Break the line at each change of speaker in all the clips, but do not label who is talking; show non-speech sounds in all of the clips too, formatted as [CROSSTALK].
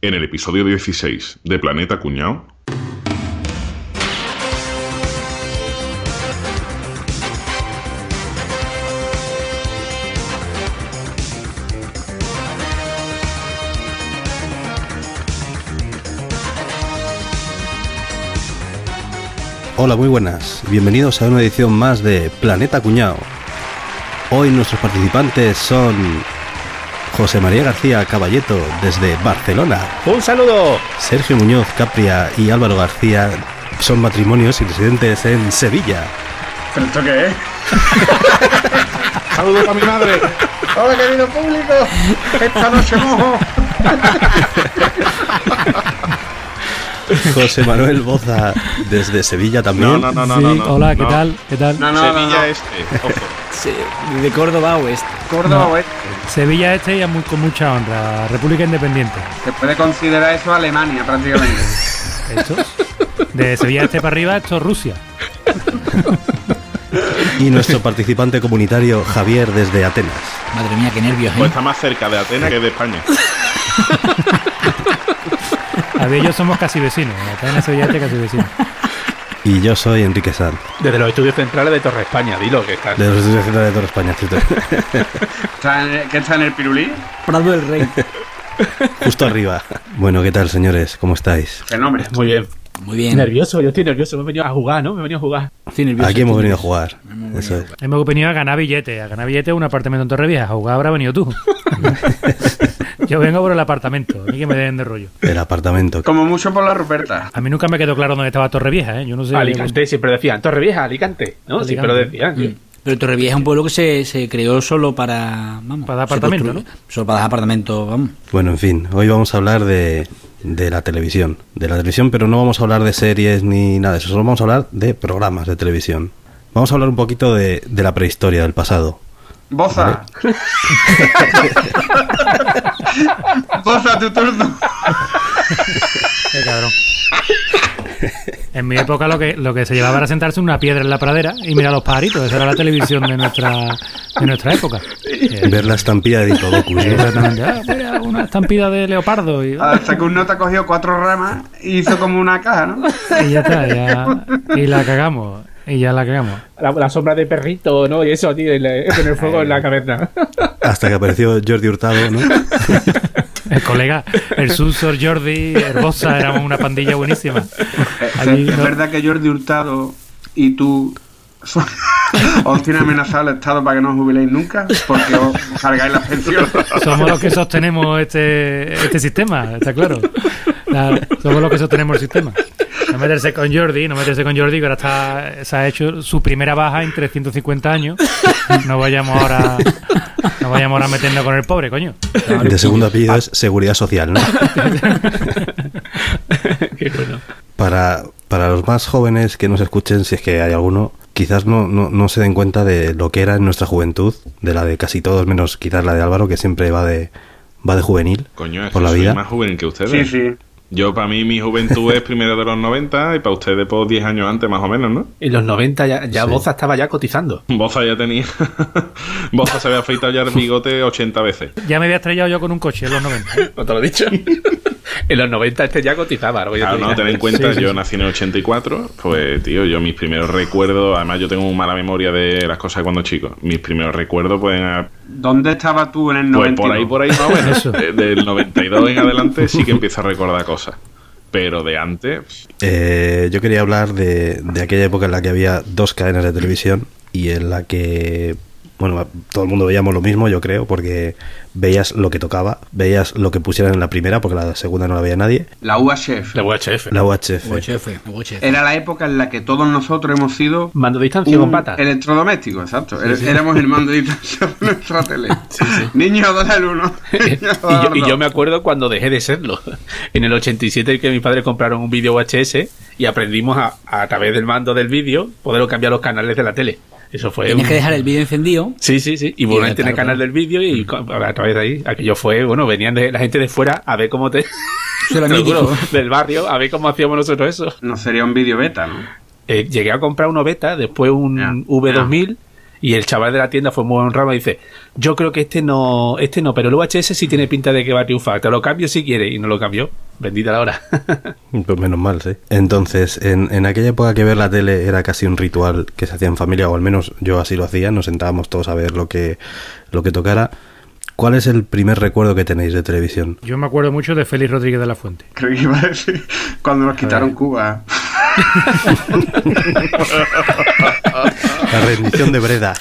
En el episodio 16 de Planeta Cuñao,
Hola, muy buenas. Bienvenidos a una edición más de Planeta Cuñao. Hoy nuestros participantes son José María García Caballeto desde Barcelona,
¡Un saludo!
Sergio Muñoz Capria y Álvaro García son matrimonios y residentes en
[LAUGHS]
Sevilla.
¿Pero esto qué es?
Saludos a mi madre.
¡Hola, querido público! ¡Esta noche mojo!
José Manuel Boza desde Sevilla también.
[LAUGHS] No, no, no, no,
sí,
no, no,
hola, ¿qué
no.
tal? ¿Qué tal?
No, no, no,
Sevilla
no.
Este, ojo.
Sí, de Córdoba Oeste.
Córdoba
No.
Oeste.
Sevilla Este y a mu- con mucha honra. República Independiente.
Se puede considerar eso Alemania, prácticamente.
¿Estos? De Sevilla Este para arriba, esto es Rusia.
Y nuestro participante comunitario Javier desde Atenas.
Madre mía, qué nervios, ¿eh?
¿Eh?
Pues está más cerca de Atenas que de España.
A ver, yo somos casi vecinos. Acá en Sevilla Este casi vecinos.
Y yo soy Enrique Sanz,
Desde los estudios centrales de Torre España, dilo que está.
de los estudios centrales de toda España,
[LAUGHS]
cierto.
¿Está en el- ¿Qué está en el pirulí?
Prado del Rey.
justo arriba. Bueno, ¿qué tal, señores? ¿Cómo estáis?
¿Qué nombre?
Muy bien.
Muy bien.
Nervioso, yo estoy nervioso. Me he venido a jugar, ¿no? Me he venido a jugar.
Estoy nervioso.
Aquí hemos
Estoy
venido a
nervioso.
jugar. Eso es.
Hemos venido a ganar billete. A ganar billete un apartamento en Torrevieja. A jugar habrá venido tú. Yo vengo por el apartamento. A mí que me den de rollo.
El apartamento.
Como mucho por la Ruperta.
A mí nunca me quedó claro dónde estaba Torrevieja, ¿eh? Yo no sé.
Alicante, siempre decían. Torrevieja, Alicante. ¿No? Siempre lo
Alicante.
decían.
Mm. Pero Torrevieja es un pueblo que se, se creó solo para. Vamos.
Para dar
se
apartamento,
construyó- Solo para dar apartamentos,
[LAUGHS]
vamos.
Bueno, en fin, hoy vamos a hablar de, de la televisión. De la televisión, pero no vamos a hablar de series ni nada de eso, solo vamos a hablar de programas de televisión. Vamos a hablar un poquito de, de la prehistoria, del pasado.
Boza. [LAUGHS] Boza, tu turno.
Qué cabrón. En mi época lo que, lo que se llevaba era sentarse en una piedra en la pradera y mirar los pajaritos. Esa era la televisión de nuestra, de nuestra época. Eh,
Ver la estampilla de Diplodocus. ¿no?
[LAUGHS] Exactamente. Ah, mira, una estampida de leopardo y,
Hasta que un nota cogió cuatro ramas y hizo como una caja, ¿no? Eh,
y ya está. ya- y la cagamos. Y ya la cagamos.
La, la sombra de perrito, ¿no? Y eso, tío, en la- con el fuego en la [LAUGHS] caverna.
Hasta que apareció Jordi Hurtado,
[LAUGHS]
¿no?
El colega, el Susor, Jordi, Herbosa, éramos una pandilla buenísima. Allí,
es
¿no?
verdad que Jordi Hurtado y tú son- [LAUGHS] os tiene amenazado el Estado para que no os jubiléis nunca porque os cargáis la pensión.
Somos los que sostenemos este, este sistema, está claro. La- somos los que sostenemos el sistema. No meterse con Jordi, no meterse con Jordi, que ahora está, se ha hecho su primera baja en 350 años. No vayamos ahora, no vayamos ahora metiendo con el pobre, coño.
De
Ah.
segundo apellido es Seguridad Social, ¿no?
qué bueno.
Para, para los más jóvenes que nos escuchen, si es que hay alguno, quizás no, no, no se den cuenta de lo que era en nuestra juventud, de la de casi todos, menos quizás la de Álvaro, que siempre va de, va de juvenil
Coño, es
por
que
la
soy
vida.
más juvenil que ustedes.
Sí, sí.
Yo, para mí, mi juventud es primero de los 90 y para ustedes, pues 10 años antes, más o menos, ¿no?
En los 90 ya, ya
Sí.
Boza estaba ya cotizando.
Boza ya tenía. [LAUGHS] Boza se había afeitado ya el bigote 80 veces.
Ya me había estrellado yo con un coche en los 90.
No te lo he dicho. [LAUGHS] en los 90 este ya cotizaba. ahora voy a
Claro,
decir.
no, ten en cuenta, yo nací en el 84, pues tío, yo mis primeros recuerdos, además yo tengo muy mala memoria de las cosas de cuando chico, mis primeros recuerdos pues, pueden a-
¿Dónde estabas tú en el
Pues
92?
por ahí, por ahí, más o menos.
Eso.
De- del 92 en adelante sí que empiezo a recordar cosas. Pero de antes,
Eh, yo quería hablar de, de aquella época en la que había dos cadenas de televisión y en la que, bueno, todo el mundo veíamos lo mismo, yo creo, porque veías lo que tocaba, veías lo que pusieran en la primera, porque la segunda no la veía nadie,
La UA Chef.
La UHF.
la UHF.
UHF, UHF.
Era la época en la que todos nosotros hemos sido
Mando a distancia
Mm.
con
un
patas.
electrodoméstico, exacto. Ere- Éramos el mando de distancia de nuestra tele.
[LAUGHS]
Niños, dale al uno. [LAUGHS]
y,
Niños, dale
yo,
al
y yo
dos.
me acuerdo cuando dejé de serlo. [LAUGHS] En el 87 que mis padres compraron un vídeo VHS y aprendimos a, a través del mando del vídeo poder cambiar los canales de la tele. Eso fue...
Tienes
un-
que dejar el vídeo encendido.
Sí, sí, sí. Y bueno,
Y Mm.
en el
claro,
canal del vídeo y co- a través de ahí. Aquello fue, bueno, venían de, la gente de fuera a ver cómo te... [LAUGHS]
Eso era
te lo juro,
mítico.
del barrio, a ver cómo hacíamos nosotros eso.
No sería un vídeo beta, ¿no?
Eh, llegué a comprar uno beta, después un
Ya,
V2000 Y el chaval de la tienda fue muy honrado y dice, yo creo que este no, este no, pero el VHS sí tiene pinta de que va a triunfar. Te lo cambio si quieres. Y no lo cambió. Bendita la hora. [LAUGHS]
Pues menos mal, sí. Entonces, en, en aquella época que ver la tele era casi un ritual que se hacía en familia, o al menos yo así lo hacía, nos sentábamos todos a ver lo que, lo que tocara. ¿Cuál es el primer recuerdo que tenéis de televisión?
Yo me acuerdo mucho de Félix Rodríguez de la Fuente.
Creo que iba a decir cuando nos quitaron
[LAUGHS]
Cuba.
La rendición de Breda.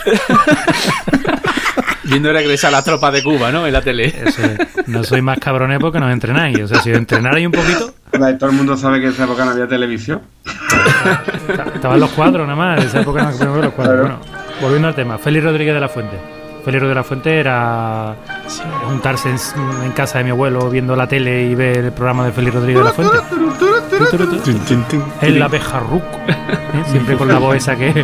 Viendo regresar las tropas de Cuba, ¿no? En la tele.
Eso es. No soy más cabrones porque nos entrenáis. O sea, si entrenarais un poquito,
Vale, Todo el mundo sabe que en esa época no había televisión.
esta- estaban los cuadros nada más. De esa época no primero los cuadros.
Claro.
Bueno, volviendo al tema, Félix Rodríguez de la Fuente. Félix Rodríguez de la Fuente era juntarse en, en casa de mi abuelo viendo la tele y ver el programa de Félix Rodríguez de la Fuente. El abejarruco. ¿eh? Siempre con la voz esa que,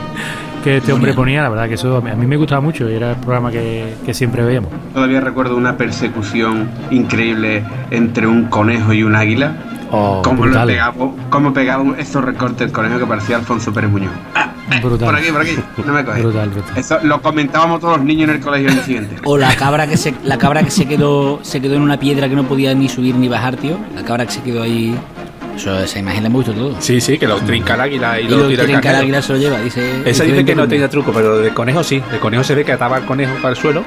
que este hombre ponía, la verdad que eso a mí- a mí me gustaba mucho y era el programa que, que siempre veíamos.
Todavía recuerdo una persecución increíble entre un conejo y un águila.
Oh,
Cómo lo
brutal,
pegaba, cómo pegaba esos recortes el conejo que parecía Alfonso Pérez Muñoz. Ah,
brutal,
Por aquí, por aquí. No me coges.
brutal, brutal.
Eso lo comentábamos todos los niños en el colegio el siguiente.
O la cabra que se la cabra que se quedó se quedó en una piedra que no podía ni subir ni bajar, tío. La cabra que se quedó ahí. Eso, esa imagen la hemos visto todo.
Sí, sí, que lo trinca el águila y,
Y,
lo
lo
tira
quieren
el
que el
canelo.
águila se lo lleva, dice.
Esa dice que no
tiene
tenía truco, pero de conejo sí. El conejo se ve que ataba al conejo para el suelo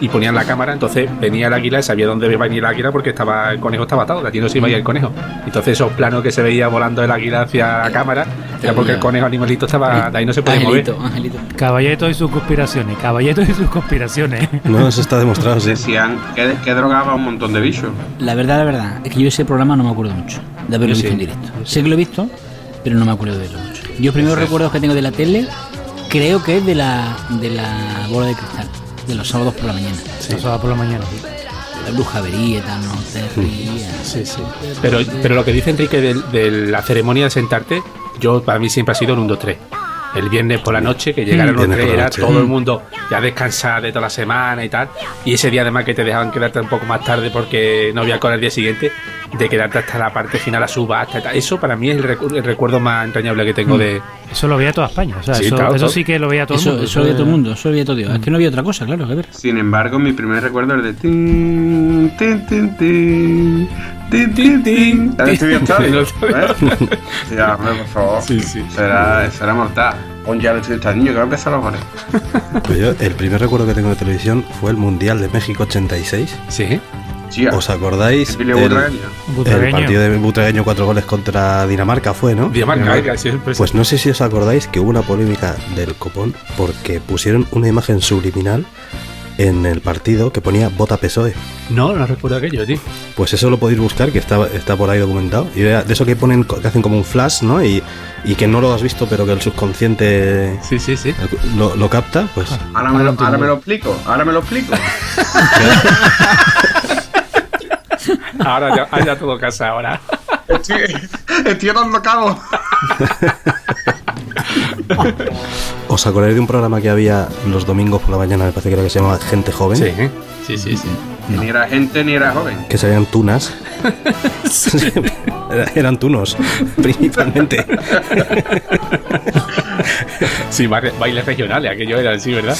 y ponían la cámara, entonces venía el águila y sabía dónde iba a venir el águila porque estaba el conejo estaba atado, la tienda se iba a ir el conejo. Entonces esos planos que se veía volando el águila hacia la cámara era porque el conejo animalito estaba de ahí no se podía mover.
Angelito, Angelito.
Caballetos y sus conspiraciones, caballetos y sus conspiraciones.
No, eso está demostrado, sí.
Decían que, que drogaba a un montón de bichos.
La verdad, la verdad, es que yo ese programa no me acuerdo mucho de haberlo
Yo
visto
sí.
en directo. Sé que lo he visto, pero no me acuerdo de verlo mucho. Yo los primeros recuerdos que tengo de la tele, creo que es de la, de la bola de cristal, de los sábados por la mañana.
Eso va por la mañana.
La brujavería, tal, no eh, te rías.
Sí, sí. Pero, pero lo que dice Enrique del- de, la ceremonia de sentarte, yo para mí siempre ha sido en un 1-2-3. El viernes por la noche, que llegaron los
Viernes por
tres,
la
era
noche. Mm.
todo el mundo ya descansar de toda la semana y tal. Y ese día además que te dejaban quedarte un poco más tarde porque no había con el día siguiente, de quedarte hasta la parte final a subasta y tal. Eso para mí es el, recu- el recuerdo más entrañable que
Mm.
tengo de...
Eso lo veía toda España. O sea,
Sí,
eso,
claro,
eso
todo.
sí que lo veía todo el
Eso,
mundo. eh.
eso lo veía todo el mundo, eso lo veía todo Dios. Es que no había otra cosa, claro, que ver.
Sin embargo, mi primer recuerdo es de tin, tin, tin, tin, tin, tin, tin. ¿Sabes este
Tin,
Octavio?
tin,
¿Eh? [LAUGHS] Ya, hombre, por favor.
Sí, sí.
Eso era, eso era mortal. Pon ya el estudio de niño que va a empezar los goles.
Pues yo, el primer recuerdo que tengo de televisión fue el Mundial de México 86.
Sí,
Chía,
¿Os acordáis?
Emilio
del-
Butragueño.
El
Butragueño.
partido de Butragueño, cuatro goles contra Dinamarca fue, ¿no?
Dinamarca, eh, que siempre
Pues no sé si os acordáis que hubo una polémica del copón porque pusieron una imagen subliminal en el partido que ponía vota PSOE.
No, no recuerdo aquello, tío.
E". Pues eso lo podéis buscar, que está, está por ahí documentado. Y era de eso que ponen, que hacen como un flash, ¿no? Y, y que no lo has visto, pero que el subconsciente
Sí, sí,
[LAUGHS]
sí.
lo, lo capta, pues.
Ahora me, lo, ahora me lo explico, ahora me lo explico.
Ahora ya, ahora ya todo casa, ahora.
Estoy, estoy dando cabo.
¿Os acordáis de un programa que había los domingos por la mañana, me parece que era que se llamaba Gente Joven?
Sí, sí, sí. sí.
Ni era gente ni era joven.
Que salían tunas. [LAUGHS] Era- Eran tunos, [LAUGHS] principalmente.
Sí, baile- bailes regionales, aquello era, sí, ¿verdad?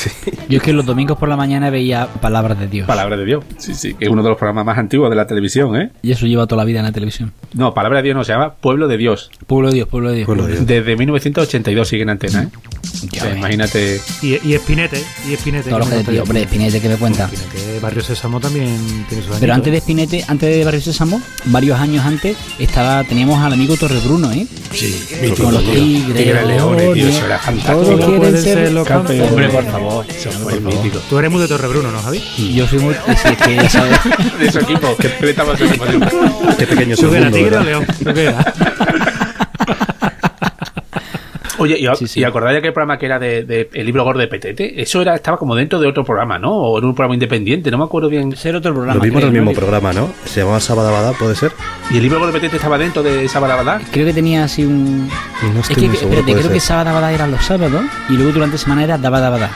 Yo es que los domingos por la mañana veía Palabras de Dios.
[LAUGHS] Palabra de Dios. Sí, sí, que es uno de los programas más antiguos de la televisión, ¿eh?
Y eso lleva toda la vida en la televisión.
No, Palabra de Dios no, se llama Pueblo de Dios.
Pueblo de Dios, pueblo de Dios.
Pueblo de Dios.
Desde 1982 sigue en antena, ¿eh? O
Ya
sea,
ves.
imagínate.
Y, y Espinete. Y Espinete.
Todo lo
que
que
no
de
te
tío,
digo.
hombre, Espinete, que me cuenta.
Espinete, Barrio Sésamo también tiene
Pero
sus añitos,
antes de
¿eh?
Espinete, antes de Barrio Sésamo, varios años antes, estaba, teníamos al amigo Torre Bruno, ¿eh?
Sí,
Con los tigres,
Tigres Leones, tío, eso era fantástico.
Todos
Solo
quieren
pueden
ser
ser los
campeones.
Hombre,
campeones.
por favor, eso fue mítico. [LAUGHS]
Tú eres muy de Torrebruno, ¿no, Javi?
Yo soy muy. si es que, ¿sabes?
De su equipo, que le estaba haciendo posible.
Qué pequeño es
¿Tú
el
que
mundo,
eras tigre o
¿verdad?
león? ¿Tú que eras?
Oye, y,
Sí, sí.
y acordáis de aquel programa que era de, de El libro gordo de Petete? Eso era, estaba como dentro de otro programa, ¿no? O en un programa independiente, no me acuerdo bien.
Ser otro programa.
Lo vimos
creo,
en el mismo
¿no?
programa, ¿no? Se llamaba Sabadabada, ¿puede ser?
¿Y el libro gordo de Petete estaba dentro de esa balabada?
Creo que tenía así un.
No
Es
estoy
que,
muy seguro,
espérate,
puede
creo que
ser.
Sábado Dabada era los sábados y luego durante semana era Dabada Dabada.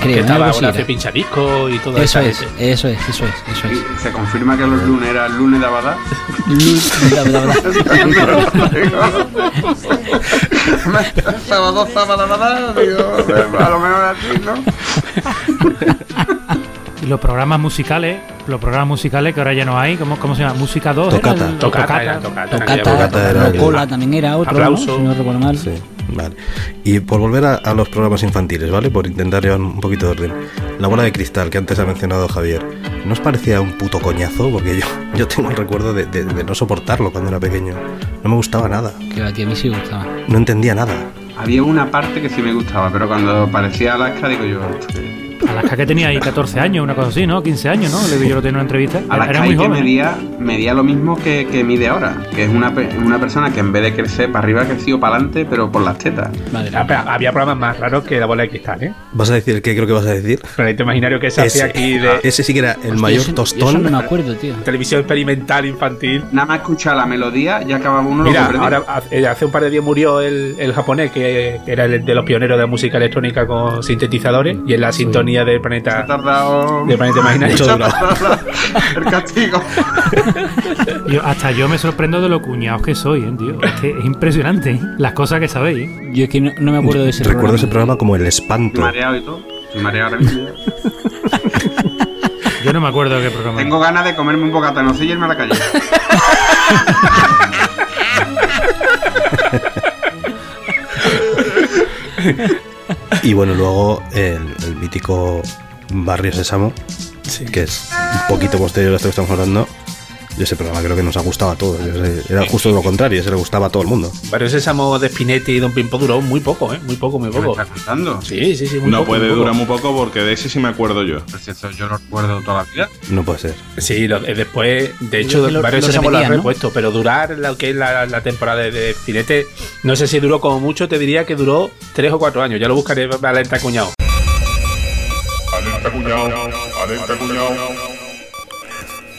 Creo,
que
¿eh?
estaba
Algo así
ahora
era.
hace pinchadisco y todo
Eso
esa
es,
[LAUGHS]
gente.
eso es, eso es, eso es.
Se confirma que los lunes era el lunes de Abadá.
Luz, bla, bla, bla.
Sábado, sábado, sábado, digo, a lo mejor así, ¿no?
Y los programas musicales, los programas musicales que ahora ya no hay, ¿cómo, cómo se llama? Música 2.
Tocata.
era el-
Tocata,
Tocata.
era tocata. en aquella época.
Tocata era
Tocata,
el-
Rocola también era otro, ¿no?
Aplauso.
si no recuerdo mal.
Sí, vale. Y por volver a, a los programas infantiles, ¿vale? Por intentar llevar un poquito de orden. La bola de cristal, que antes ha mencionado Javier, ¿no os parecía un puto coñazo? Porque yo, [LAUGHS] yo tengo el recuerdo de, de- de no soportarlo cuando era pequeño. No me gustaba nada.
Que a ti a mí sí me gustaba.
No entendía nada.
Había una parte que sí me gustaba, pero cuando parecía Alaska, digo yo, esto que-
Alaska que tenía ahí 14 años, una cosa así, ¿no? 15 años, ¿no? Le vi yo lo tenía en una entrevista. Era-
Alaska
Era
hay
muy
que
joven.
medía, medía lo mismo que, que mide ahora, que es una, pe- una persona que en vez de crecer para arriba ha crecido para adelante, pero por las tetas.
Madre mía.
Ah, pero Había programas más raros que la bola de cristal, ¿eh?
¿Vas a decir el que creo que vas a decir?
Planeta imaginario que se hacía aquí de
ese sí que era el
Hostia,
mayor
yo eso- yo
tostón.
eso no me acuerdo, tío.
televisión experimental infantil.
Nada más escuchar la melodía, ya acababa uno
Mira,
lo que
ahora hace hace un par de días murió el, el japonés, que era el de los pioneros de la música electrónica con sintetizadores, y en la sintonía del
ha
planeta,
tardado
del
[LAUGHS]
planeta imaginario.
Mucho durado.
el
[LAUGHS]
castigo.
Yo- hasta yo me sorprendo de lo cuñados que soy, ¿eh, tío? Es que es impresionante ¿eh? las cosas que sabéis, ¿eh?
Yo es que no, no me acuerdo de ese
Recuerdo ese programa como el espanto.
mareado y todo. Estoy mareado ahora mismo.
Yo no me acuerdo de qué programa.
Tengo ganas de comerme un bocata, no sé irme a la
[LAUGHS]
calle.
Y bueno, luego el, el mítico Barrio Sésamo, que es un poquito posterior a esto que estamos hablando. Yo ese programa creo que nos ha gustado a todos. yo sé, era justo lo contrario, se le gustaba a todo el mundo.
Pero ese samo de Spinetti y Don Pimpo duró muy poco, ¿eh? Muy poco, muy
¿Qué me
poco.
estás contando?
Sí, sí, sí. Muy
No
poco,
puede
muy poco.
durar muy poco porque de ese sí me acuerdo yo.
Pero si eso yo lo recuerdo toda la vida.
No puede ser.
Sí, lo- eh, después,
Yo
de hecho,
creo que lo-
varios
lo
sésamos lo han
repetían, ¿no?
repuesto, pero durar lo que es la, la temporada de, de Spinete, no sé si duró como mucho, te diría que duró tres o cuatro años. Ya lo buscaré Valenta Cuñado.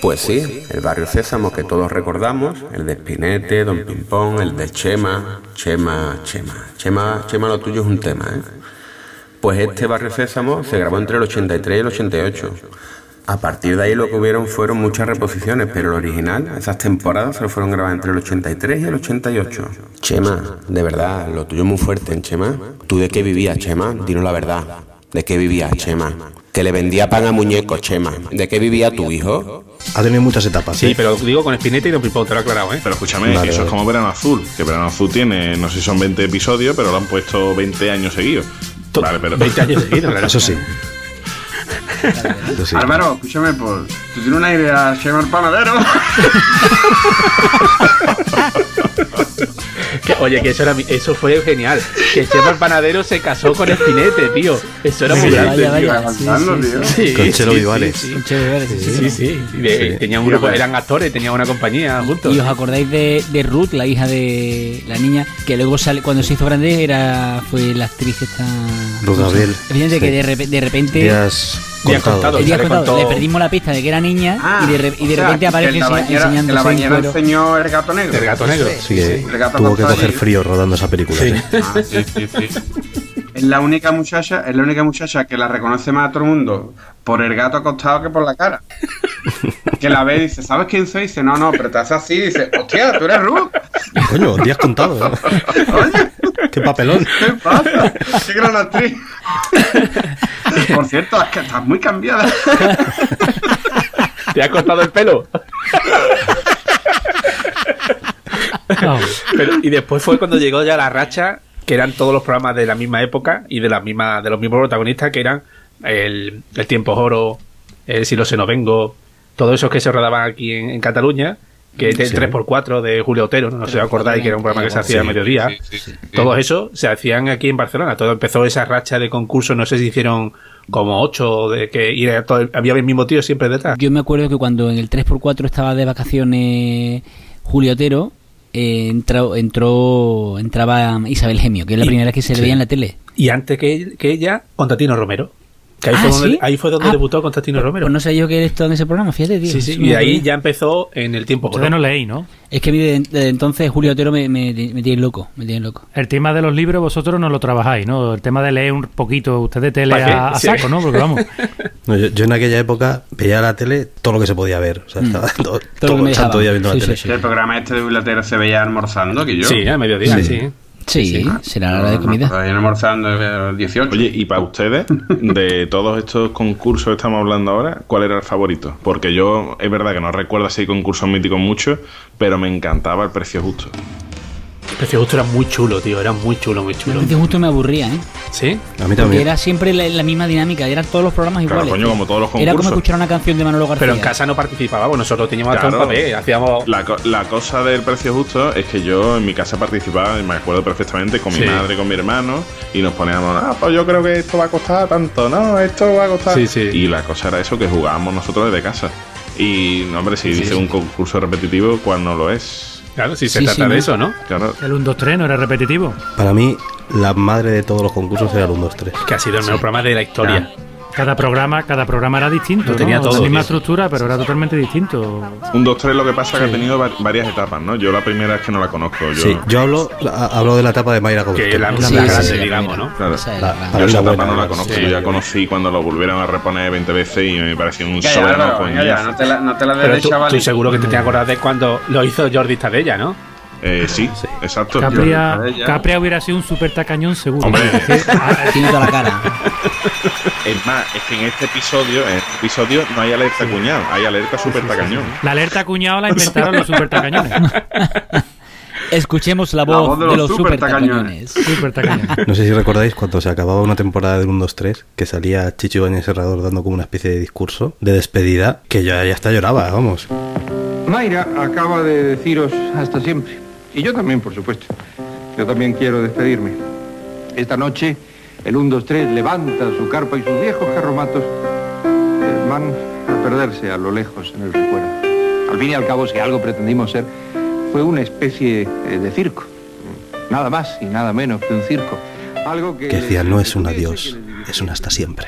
Pues sí, el barrio Sésamo que todos recordamos, el de Spinete, Don Pimpón, el de Chema, Chema, Chema, Chema, Chema, lo tuyo es un tema, ¿eh? Pues este barrio Sésamo se grabó entre el 83 y el 88. A partir de ahí lo que hubieron fueron muchas reposiciones, pero el original, esas temporadas se lo fueron grabadas entre el 83 y el 88. Chema, de verdad, lo tuyo es muy fuerte, ¿eh, Chema. ¿Tú de qué vivías, Chema? Dinos la verdad. ¿De qué vivías, Chema? Que le vendía pan a muñecos, Chema. ¿De qué vivía tu hijo?
Ha tenido muchas etapas.
Sí,
¿eh?
pero digo con Spinete y Don Pimpón, te lo he aclarado, ¿eh?
Pero escúchame,
Vale,
eso
vale.
es como Verano Azul, que Verano Azul tiene, no sé si son 20 episodios, pero lo han puesto 20 años seguidos.
To-
Vale, pero
[LAUGHS]
20 años seguidos, claro.
Eso sí. Eso sí.
Álvaro, escúchame, pues tú tienes una idea, a Chema el panadero. [LAUGHS]
Que- oye, que eso, era, mi- eso fue genial. Que Chema el panadero se casó con Spinete, tío. Eso era muy
Vaya,
grande.
vaya,
Iba
vaya. Sí,
avanzando,
sí,
tío.
sí.
Sí,
Con Chelo
sí,
Vivares.
Sí, sí.
Mucho de ver, sí, sí,
Sí,
sí.
sí. Y de-
Sí.
Tenían un grupo, eran actores, tenían una compañía juntos.
¿Y os acordáis de, de Ruth, la hija de la niña, que luego sale cuando se hizo grande era fue la actriz esta...
Ruth Gabriel.
Evidente que
Sí.
de, repe- de repente...
Días
Días
contados.
contados.
el día
sale
contado,
con todo-
le perdimos la pista de que era niña
Ah,
y de, re- y de
o sea,
repente
que
aparece
en la
ense-
bañera, en la
enseñándose en
bañera
cuero.
enseñó el gato negro.
El gato negro.
Así que
El gato
tuvo que
acostado
coger
allí.
frío rodando esa película.
Sí.
¿eh?
Ah, sí, sí, sí. Es la única muchacha, es la única muchacha que la reconoce más a todo el mundo por el gato acostado que por la cara. Que la ve y dice, ¿sabes quién soy? Y dice, no, no, pero te hace así y dice, hostia, tú eres Ruth.
Coño, días contados. ¿eh?
Oye,
Qué papelón.
¿qué pasa? Qué gran
[LAUGHS]
actriz. Por cierto, es que estás muy cambiada.
¿Te ha cortado el pelo?
No.
Pero- y después fue cuando llegó ya la racha, que eran todos los programas de la misma época y de la misma, de los mismos protagonistas, que eran el, el Tiempo es Oro, el Si lo se no vengo, todos esos que se rodaban aquí en, en Cataluña, que es el
Sí.
3x4 de Julio Otero, no, sé si os acordáis que era un programa que se hacía a mediodía. Todos esos se hacían aquí en Barcelona. Todo empezó esa racha de concursos, no sé si hicieron como ocho, de que y era todo- había el mismo tío siempre detrás.
Yo me acuerdo que cuando en el 3x4 estaba de vacaciones Julio Otero, eh, entra- entró, entraba Isabel Gemio, que es la
Y-
primera vez que se le
sí.
veía en la tele.
Y antes que, que ella, Contatino Romero. Que ahí,
Ah,
fue, donde,
¿sí?
ahí fue donde
Ah,
debutó Contatino Romero.
Pues no sé yo qué esto en ese programa, fíjate, tío.
Sí, sí,
Eso
y
me
de ahí
acuerdo.
ya empezó en el tiempo.
Ustedes no leí, ¿no?
Es que a mí de- desde entonces Julio Otero me, me, me tiene loco, me tiene loco.
El tema de los libros vosotros no lo trabajáis, ¿no? El tema de leer un poquito, usted de tele
¿Para qué?
a, a
Sí. [LAUGHS]
saco, ¿no? Porque vamos,
No, yo, yo en aquella época veía la tele todo lo que se podía ver. O sea, estaba todo,
lo
todo
que me
el santo
dejaba.
día viendo
Sí,
la tele.
sí, sí.
El programa este de bilatero se veía almorzando, que yo.
Sí, a mediodía, sí.
Sí, será la hora de
No,
comida.
todavía almorzando eh, a las 18.
Oye, y para ustedes, de todos estos concursos que estamos hablando ahora, ¿cuál era el favorito? Porque yo, es verdad que no recuerdo así concursos míticos mucho, pero me encantaba el precio justo.
El precio justo era muy chulo, tío. Era muy chulo, muy chulo.
Realmente justo me aburría, ¿eh?
¿Sí?
A mí
Porque
también.
era siempre la, la misma dinámica, eran todos los programas
Claro,
iguales.
coño,
tío.
como todos los
Era como
concursos.
escuchar una canción de Manolo García.
Pero en casa no participábamos, nosotros teníamos hasta
Claro.
un papel, hacíamos...
La, co- la cosa del precio justo es que yo en mi casa participaba, y me acuerdo perfectamente, con
Sí.
mi madre, con mi hermano, y nos poníamos, ah, pues yo creo que esto va a costar tanto, no, esto va a costar.
Sí, sí.
Y la cosa era eso que jugábamos nosotros desde casa. Y, no, hombre, si
Sí,
dice
sí.
un concurso repetitivo, ¿cuál no lo es?
Claro, si se
Sí,
trata
sí,
de
¿no?
eso, ¿no?
Claro,
El 1, 2, 3 no era repetitivo.
Para mí, la madre de todos los concursos era el 1, 2, 3.
Que ha sido el mejor programa de la historia.
Cada programa, cada programa era distinto.
Lo tenía
¿no?
todo,
La misma
tío.
estructura, pero era totalmente distinto.
Un 2-3 lo que pasa es que ha tenido va- varias etapas, ¿no? Yo la primera es que no la conozco. Yo,
Sí, yo hablo, a- hablo de la etapa de Mayra
Que
Cobestero.
la,
Sí,
la
sí,
grande,
sí, la
digamos,
primera.
¿no?
Claro.
Esa era
La-
la-
Yo
para mí
esa
la
etapa
buena
no la
era-
conozco,
sí,
yo ya
sí.
conocí cuando lo volvieron a reponer 20 veces y me pareció un
Venga, ya,
soberano
Álvaro, venga, ya,
coñazo.
no te la, no te la des
pues, Pero
de Mm.
tú,
chaval.
tú seguro que te te acordás de cuando lo hizo Jordi Tadella, ¿no?
Eh, sí, exacto.
Capria,
Yo- ya.
Capria hubiera sido un super tacañón seguro.
Hombre.
Sí, a-
ah, Tiene toda la cara.
Es más, es que en este episodio, en este episodio no hay alerta cuñado, hay alerta super tacañón.
La alerta cuñado la inventaron los super
[LAUGHS]
tacañones.
Escuchemos la voz, de los, super
supertacañones.
tacañones.
Super tacañones.
No sé si recordáis cuando se acababa una temporada del 1-2-3, que salía Chicho Ibañez Serrador dando como una especie de discurso de despedida, que yo ya hasta lloraba, vamos.
Mayra acaba de deciros hasta siempre. Y yo también, por supuesto. Yo también quiero despedirme. Esta noche, el 1, 2, 3 levanta su carpa y sus viejos carromatos eh, van a perderse a lo lejos en el recuerdo. Al fin y al cabo, si algo pretendimos ser, fue una especie eh, de circo. Nada más y nada menos que un circo. Algo que...
Que decía, no es un adiós, es un hasta siempre.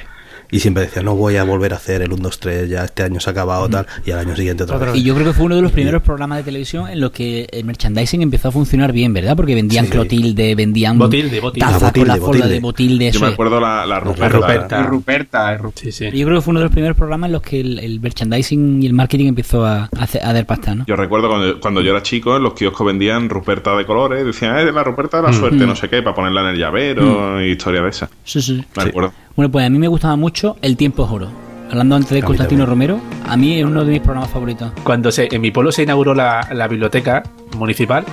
Y siempre decía, no voy a volver a hacer el 1-2-3, ya este año se ha acabado tal, y al año siguiente otra
Otra
vez.
vez.
Y yo creo que fue uno de los primeros programas de televisión en los que el merchandising empezó a funcionar bien, ¿verdad? Porque vendían
Sí.
clotilde, vendían
Botilde, botilde.
taza
Ah,
con la
botilde,
forma de botilde.
Yo
eso
me
es.
acuerdo la, la Ruperta.
Ruperta.
Y Ruperta, eh, y Ruperta.
Sí, sí.
Yo creo que fue uno de los primeros programas en los que el, el merchandising y el marketing empezó a, a, hacer- a dar pasta, ¿no?
Yo recuerdo cuando, cuando yo era chico, en los kioscos vendían Ruperta de colores, decían, eh, la Ruperta de la suerte,
Mm.
no sé qué, para ponerla en el llavero, y historia de esa.
Sí, sí.
Me acuerdo.
Bueno, pues a mí me gustaba mucho El tiempo es oro. Hablando antes de
mí
Constantino Romero, a mí es uno de mis programas favoritos.
Cuando se, en mi pueblo se inauguró la, la biblioteca municipal,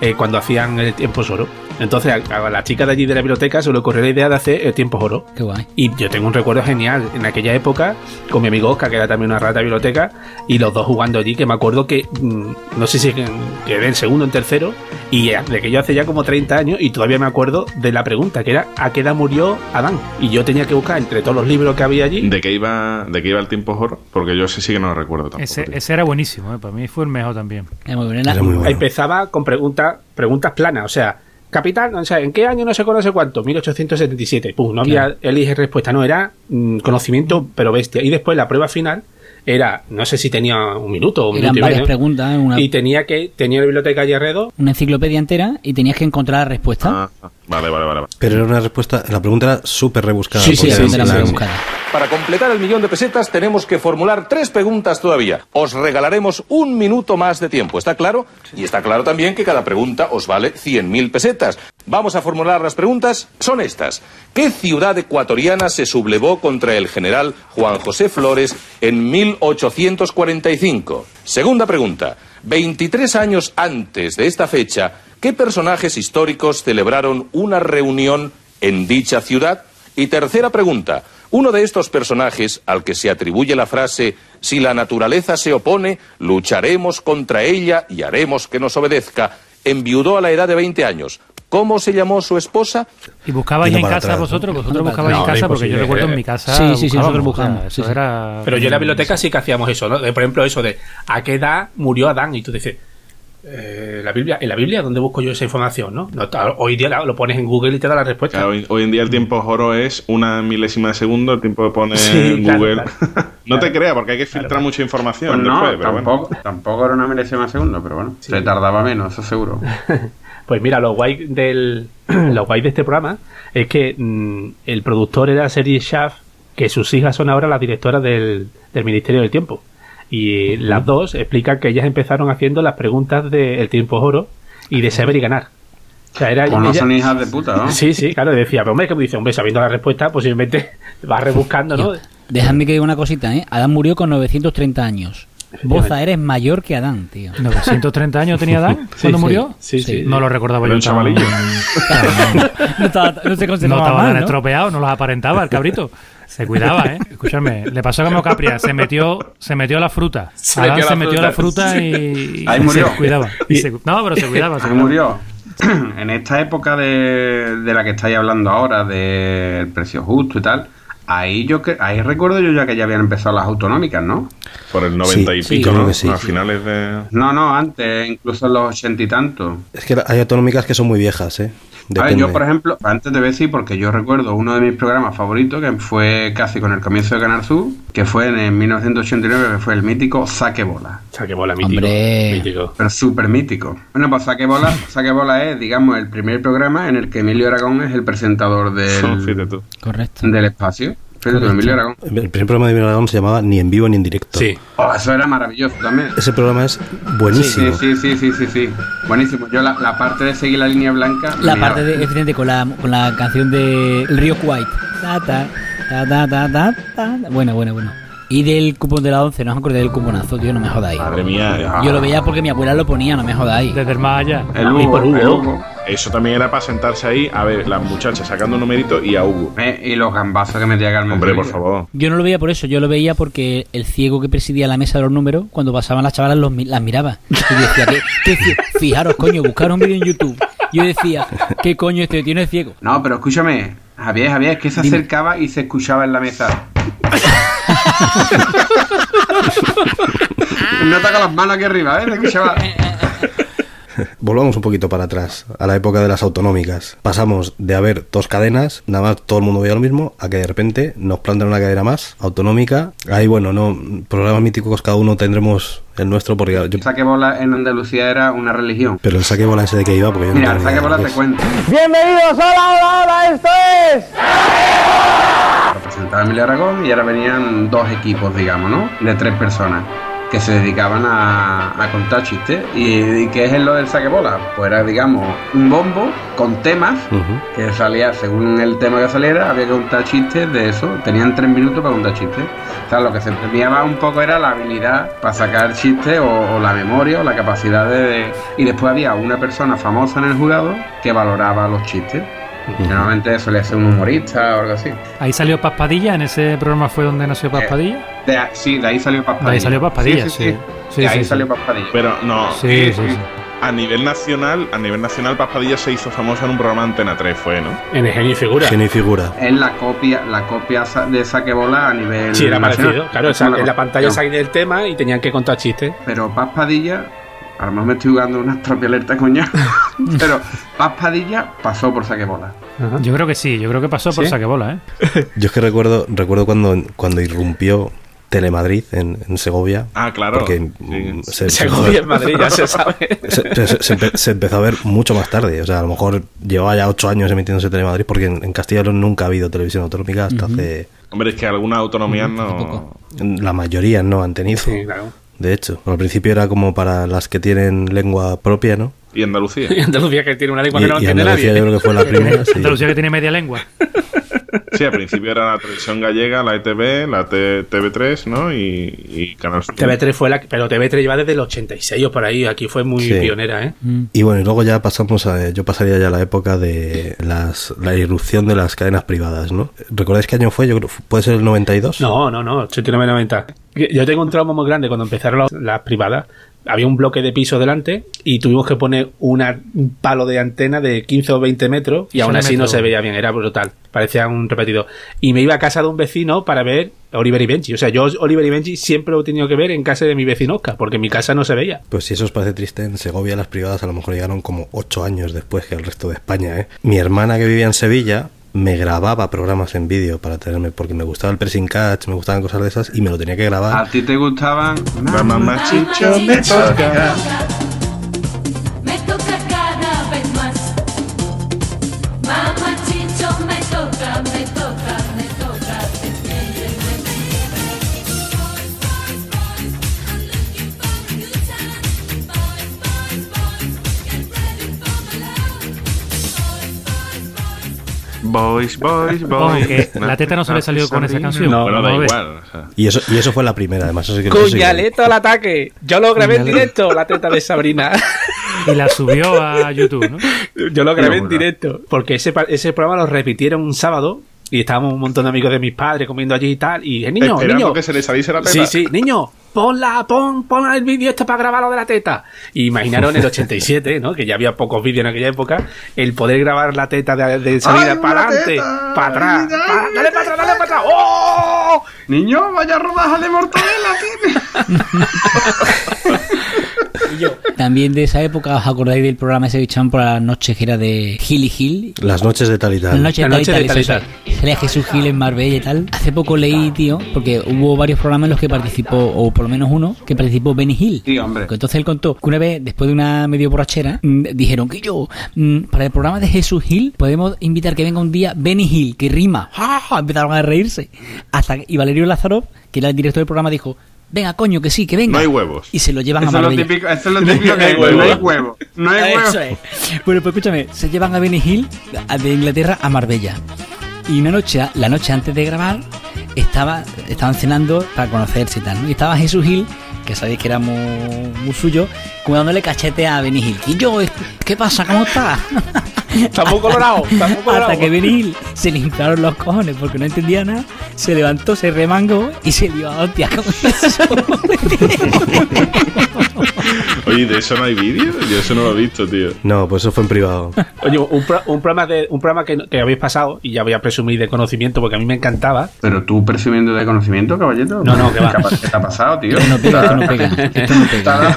eh, cuando hacían el tiempo es oro. Entonces a, a la chica de allí de la biblioteca se le ocurrió la idea de hacer el tiempo es oro.
Qué guay.
Y yo tengo un recuerdo genial en aquella época con mi amigo Oscar, que era también una rata de biblioteca, y los dos jugando allí, que me acuerdo que mm, no sé si en- quedé en segundo o en tercero, y ya, de que yo hace ya como 30 años, y todavía me acuerdo de la pregunta, que era ¿a qué edad murió Adán? Y yo tenía que buscar entre todos los libros que había allí.
¿De qué iba, de qué iba el tiempo horror? Porque yo ese sí que no lo recuerdo tampoco.
Ese,
tío.
ese era buenísimo, ¿eh? para mí fue el mejor también.
Es muy bueno.
Era muy bueno.
Empezaba con preguntas preguntas planas, o sea, capital, o sea, ¿en qué año no se conoce cuánto? 1877. Pum, no había elige respuesta, no, era mm, conocimiento, pero bestia. Y después la prueba final era, no sé si tenía un minuto o un
Eran
minuto y
varias
medio.
preguntas, ¿eh? una,
Y tenía que, tenía la biblioteca allí alrededor.
una enciclopedia entera y tenías que encontrar la respuesta.
Ah, ah, vale, vale, vale. vale.
Pero era una respuesta, la pregunta era súper rebuscada.
sí, sí,
porque
la
era
de la
en plan-
rebuscada.
Para completar el millón de pesetas tenemos que formular tres preguntas todavía. Os regalaremos un minuto más de tiempo, ¿está claro? Y está claro también que cada pregunta os vale 100.000 pesetas. Vamos a formular las preguntas. Son estas. ¿Qué ciudad ecuatoriana se sublevó contra el general Juan José Flores en 1845? Segunda pregunta. 23 años antes de esta fecha, ¿qué personajes históricos celebraron una reunión en dicha ciudad? Y tercera pregunta. Uno de estos personajes al que se atribuye la frase Si la naturaleza se opone, lucharemos contra ella y haremos que nos obedezca, enviudó a la edad de 20 años. ¿Cómo se llamó su esposa?
¿Y buscabais
Tira
en
para
casa
atrás, ¿no?
vosotros? ¿Vosotros
No,
buscabais
no,
en casa? Porque yo
imposible.
recuerdo en mi casa.
Sí, sí, sí, nosotros
buscábamos, o sea,
buscábamos,
eso
sí, sí.
era-
Pero yo en la biblioteca sí que hacíamos eso, ¿no? De, por ejemplo, eso de ¿a qué edad murió Adán? Y tú dices, eh, la Biblia, ¿en la Biblia dónde busco yo esa información? ¿no? No, ta- hoy día la- lo pones en Google y te da la respuesta.
Claro, hoy, hoy en día el tiempo oro es una milésima de segundo, el tiempo que pone
Sí, claro,
Google.
claro.
[LAUGHS] no te creas, porque hay que filtrar mucha
Pues
información.
no,
después, pero bueno.
tampoco, tampoco era una milésima segundo, pero bueno, se tardaba menos, eso seguro.
Pues mira, lo guay, [CLEARS THROAT] del, lo guay de este programa es que mm, el productor era Sergi Schaff, que sus hijas son ahora las directoras del, del Ministerio del Tiempo. Y eh, las dos explican que ellas empezaron haciendo las preguntas de El Tiempo es Oro y de Saber y Ganar. O sea, era,
Pues no
ella-
son hijas de puta, ¿no?
Sí, sí, claro, decía, pero hombre, que me dice, hombre, sabiendo la respuesta, posiblemente [LAUGHS] vas rebuscando, ¿no?
Déjame que diga una cosita, ¿eh? Adán murió con 930 años. Boza, eres mayor que Adán, tío.
930 años tenía Dan
Sí,
cuando
sí,
murió.
sí, sí.
No lo recordaba
Era
yo. [LAUGHS]
un chavalillo.
[LAUGHS] No, estaba- no se
No
conservaba
estaba
mal,
tan
¿no?
estropeado, no los aparentaba el cabrito. Se cuidaba, ¿eh? Escúchame, le pasó como a Capria, se metió, se metió a la fruta.
Se
Adán
metió a
se
la
metió a la
fruta.
fruta y,
Ahí
y
murió.
se cuidaba. Y se- no, pero se cuidaba. se
Se
cuidaba.
murió. [CLEARS THROAT] en esta época de, de la que estáis hablando ahora, del precio justo y tal, ahí yo que ahí recuerdo yo ya que ya habían empezado las autonómicas, ¿no?
Por el 90 y
Sí,
pico,
yo creo
¿no?
que sí.
A finales de.
No, no, antes, incluso en los ochenta y tantos.
Es que hay autonómicas que son muy viejas, ¿eh?
A ver,
Depende.
yo, por ejemplo, antes de decir, porque yo recuerdo uno de mis programas favoritos, que fue casi con el comienzo de Canal Sur, que fue en, el 1989, que fue el mítico Saque Bola.
O sea, que bola, mítico.
Hombre.
mítico.
Pero súper mítico. Bueno, pues Saque Bola, Saque Bola es, digamos, el primer programa en el que Emilio Aragón es el presentador
[LAUGHS] Fíjate
del,
tú.
Correcto.
del espacio. Fíjate tú, Emilio Aragón.
El primer programa de Emilio Aragón se llamaba Ni en vivo ni en directo.
Sí,
Oh, eso era maravilloso también.
Ese programa es
Sí,
buenísimo.
sí, sí, sí, sí, sí. Buenísimo. Yo la, la parte de seguir la línea blanca.
La
me-
parte de evidente con la, con la canción de El Río White. Ta, ta, ta, ta, ta, ta, ta. Bueno, bueno, bueno. Y del cupón de la 11, no os acordáis del cuponazo, tío, no me jodáis.
Madre mía.
Yo lo veía porque mi abuela lo ponía, no me jodáis.
Desde el más allá.
El Hugo,
por Hugo.
el Hugo.
Eso también era para sentarse ahí a ver las muchachas sacando un numerito y a Hugo.
Eh, y los gambazos que metía Carmen.
Hombre, por
Sevilla.
favor.
Yo no lo veía por eso, yo lo veía porque el ciego que presidía la mesa de los números, cuando pasaban las chavalas, los mi- las miraba. Y yo decía, ¿qué, qué cie- Fijaros, coño, buscar un vídeo en YouTube. Yo decía, ¿qué coño este tío no es ciego?
No, pero escúchame, Javier, Javier, es que se
Dime.
acercaba y se escuchaba en la
[LAUGHS]
mesa. [LAUGHS] no toca las manos aquí arriba, ¿eh? Se
[LAUGHS]
escuchaba.
Volvamos un poquito para atrás, a la época de las autonómicas. Pasamos de haber dos cadenas, nada más todo el mundo veía lo mismo, a que de repente nos plantan una cadena más, autonómica. Ahí, bueno, no, programas míticos cada uno tendremos el nuestro, porque yo-
El saque bola en Andalucía era una religión.
Pero el saque bola ese de que iba, porque yo no
Mira, el
tengo ni
saque bola
idea de lo que
te
es.
cuento.
Bienvenidos, hola, hola, hola, esto es.
Lo presentaba Emilio Aragón y ahora venían dos equipos, digamos, ¿no? De tres personas que se dedicaban a, a contar chistes. ¿Y, y qué es lo del saque bola? Pues era, digamos, un bombo con temas
Ujú.
que salía, según el tema que saliera, había que contar chistes de eso. Tenían tres minutos para contar chistes. O sea, lo que se premiaba un poco era la habilidad para sacar chistes o, o la memoria o la capacidad de, de- Y después había una persona famosa en el jurado que valoraba los chistes. Normalmente solía ser un humorista o algo así.
Ahí salió Paspadilla, en ese programa fue donde nació Paspadilla.
De, a- sí, de ahí salió Paspadilla.
De ahí salió Paspadilla, sí. Sí,
de
sí,
ahí
sí.
salió Paspadilla.
Pero no,
Sí,
eh,
sí, sí.
a nivel nacional, a nivel nacional, Paspadilla se hizo famosa en un programa de Antena 3, fue, ¿no?
en el genio y figura.
Genio y figura.
Es la copia, la copia sa- de Saquebola a nivel.
Sí, era
nacional.
parecido. Claro, o sea, en la pantalla salía el tema y tenían que contar chistes.
Pero Paz Padilla, a lo mejor me estoy jugando unas tropioletas, coño. pero Paz Padilla pasó por Saquebola.
Ajá.
Yo creo que sí, yo creo que pasó por
¿Sí?
saquebola, ¿eh?
Yo es que recuerdo, recuerdo cuando, cuando irrumpió Telemadrid en, en Segovia.
Ah, claro.
Porque
Sí.
mm,
[LAUGHS]
se, se-
Segovia en Madrid, ya se sabe.
se- se- se empe- se empezó a ver mucho más tarde. O sea, a lo mejor llevaba ya ocho años emitiéndose Telemadrid, porque en, en Castilla y León nunca ha habido televisión autonómica hasta hace.
Hombre, es que algunas autonomías no.
La mayoría no han tenido.
Sí, claro.
De hecho, al principio era como para las que tienen lengua propia, ¿no?
Y Andalucía.
Y Andalucía que tiene una lengua
Y,
que no
y
entiende
Andalucía yo
nadie.
creo que fue la
[LAUGHS]
primera. sí.
Andalucía que tiene media lengua.
Sí, al principio era la televisión gallega, la ETV, la T- TV3, ¿no? Y, y Canal Sur.
TV3 fue la. Pero TV3 lleva desde el 86 o por ahí. Aquí fue muy
Sí.
pionera, ¿eh?
Mm.
Y bueno, y luego ya pasamos a. Yo pasaría ya a la época de las, la irrupción de las cadenas privadas, ¿no? ¿Recordáis qué año fue? Yo creo, ¿Puede ser el 92?
No, no, no, 89-90. Yo tengo un trauma muy grande cuando empezaron las, las privadas. Había un bloque de piso delante y tuvimos que poner una- un palo de antena de 15 o 20 metros y
Eso
aún
de
así no
metro.
se veía bien, era brutal. Parecía un repetido. Y me iba a casa de un vecino para ver Oliver y Benji. O sea, yo Oliver y Benji siempre lo he tenido que ver en casa de mi vecino Oscar, porque en mi casa no se veía.
Pues si eso os parece triste, en Segovia las privadas a lo mejor llegaron como ocho años después que el resto de España, ¿eh? Mi hermana que vivía en Sevilla me grababa programas en vídeo para tenerme, porque me gustaba el pressing catch, me gustaban cosas de esas y me lo tenía que
¿A
grabar.
ti te gustaban?
La mamá chicho me toca.
Me toca cada vez más. Mamá Chicho me toca, me toca, me toca. te quiero.
Boys, boys,
Ojo,
boys.
que la teta no se le salió con esa canción.
No,
Pero da
Vamos a ver.
igual. o sea.
Y eso, y eso fue la primera, además. Eso sí que eso sí que-
Puñaleta al ataque. Yo lo grabé en directo, la teta de Sabrina.
Y la subió a YouTube, ¿no?
Yo lo
grabé en directo.
Porque ese, pa- ese programa lo repitieron un sábado y estábamos un montón de amigos de mis padres comiendo allí y tal. Y eh, niño,
Esperando
niño.
que se le saliese la teta.
Sí, sí, niño, ponla, pon, pon el vídeo este para grabar lo de la teta. Y imaginaron el 87, ¿no? Que ya había pocos vídeos en aquella época, el poder grabar la teta de, de
¡Ay,
salida
una
para adelante,
teta!
para atrás.
¡Ay,
pa-
una
dale para atrás, dale para atrás. ¡Oh!
Niño, vaya rodaja de mortadela, tiene.
También de esa época, ¿os acordáis del programa ese que echaban por la noche que era de Gil y Gil?
Las noches de tal y
La
tal.
noche,
La noche
tal y tal,
de tal y
eso,
tal.
eso. Era Jesús Gil en Marbella y tal. Hace poco leí, tío, porque hubo varios programas en los que participó, o por lo menos uno, que participó Benny Hill.
Sí, hombre.
Porque Entonces él contó que una vez, después de una medio borrachera, mm, dijeron que yo, mm, para el programa de Jesús Gil, podemos invitar que venga un día Benny Hill, que rima. [LAUGHS] ¡Ja, ja! Empezaron a reírse. Hasta que- y Valerio Lázaro, que era el director del programa, dijo, venga, coño, que sí, que venga.
No hay huevos.
Y se lo llevan a
Eso es lo
Marbella.
típico, eso es lo típico
No hay
que no hay
huevo.
huevo. No hay huevo.
Eso es. Bueno, pues escúchame, se llevan a Benny Hill a- de Inglaterra a Marbella. Y una noche, la noche antes de grabar, estaba, estaban cenando para conocerse y tal. ¿no? Y estaba Jesús Hill, que sabéis que era muy, muy suyo, como dándole cachete a Benny Hill. Y yo, este, ¿qué pasa? ¿Cómo está?
Está muy colorado, está muy colorado.
Hasta que Benny Hill se le inflaron los cojones porque no entendía nada, se levantó, se remangó y se dio a hostias con
[LAUGHS]
eso.
Oye, ¿de eso no hay vídeo? Yo eso no lo he visto, tío.
No, pues eso fue en privado.
Oye, un, pro- un programa, de, un programa que, que habéis pasado, y ya voy a presumir de conocimiento porque a mí me encantaba.
Pero tú presumiendo de conocimiento, caballito.
No, no, que va.
¿Qué, ha- qué te ha pasado, tío?
no pega, esto no pega, esto no pega.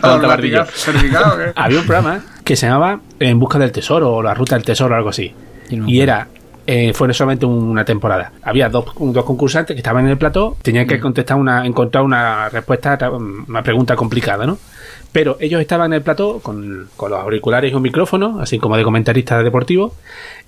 Tanto ladrillo.
certificado, ¿qué?
Había un programa que se llamaba En busca del tesoro o La ruta del tesoro o algo así.
Yo no me acuerdo.
Y era, eh, fue solamente una temporada. Había dos, dos concursantes que estaban en el plató, tenían
Mm.
que contestar una, encontrar una respuesta, a una pregunta complicada, ¿no? Pero ellos estaban en el plató con, con los auriculares y un micrófono, así como de comentaristas deportivos,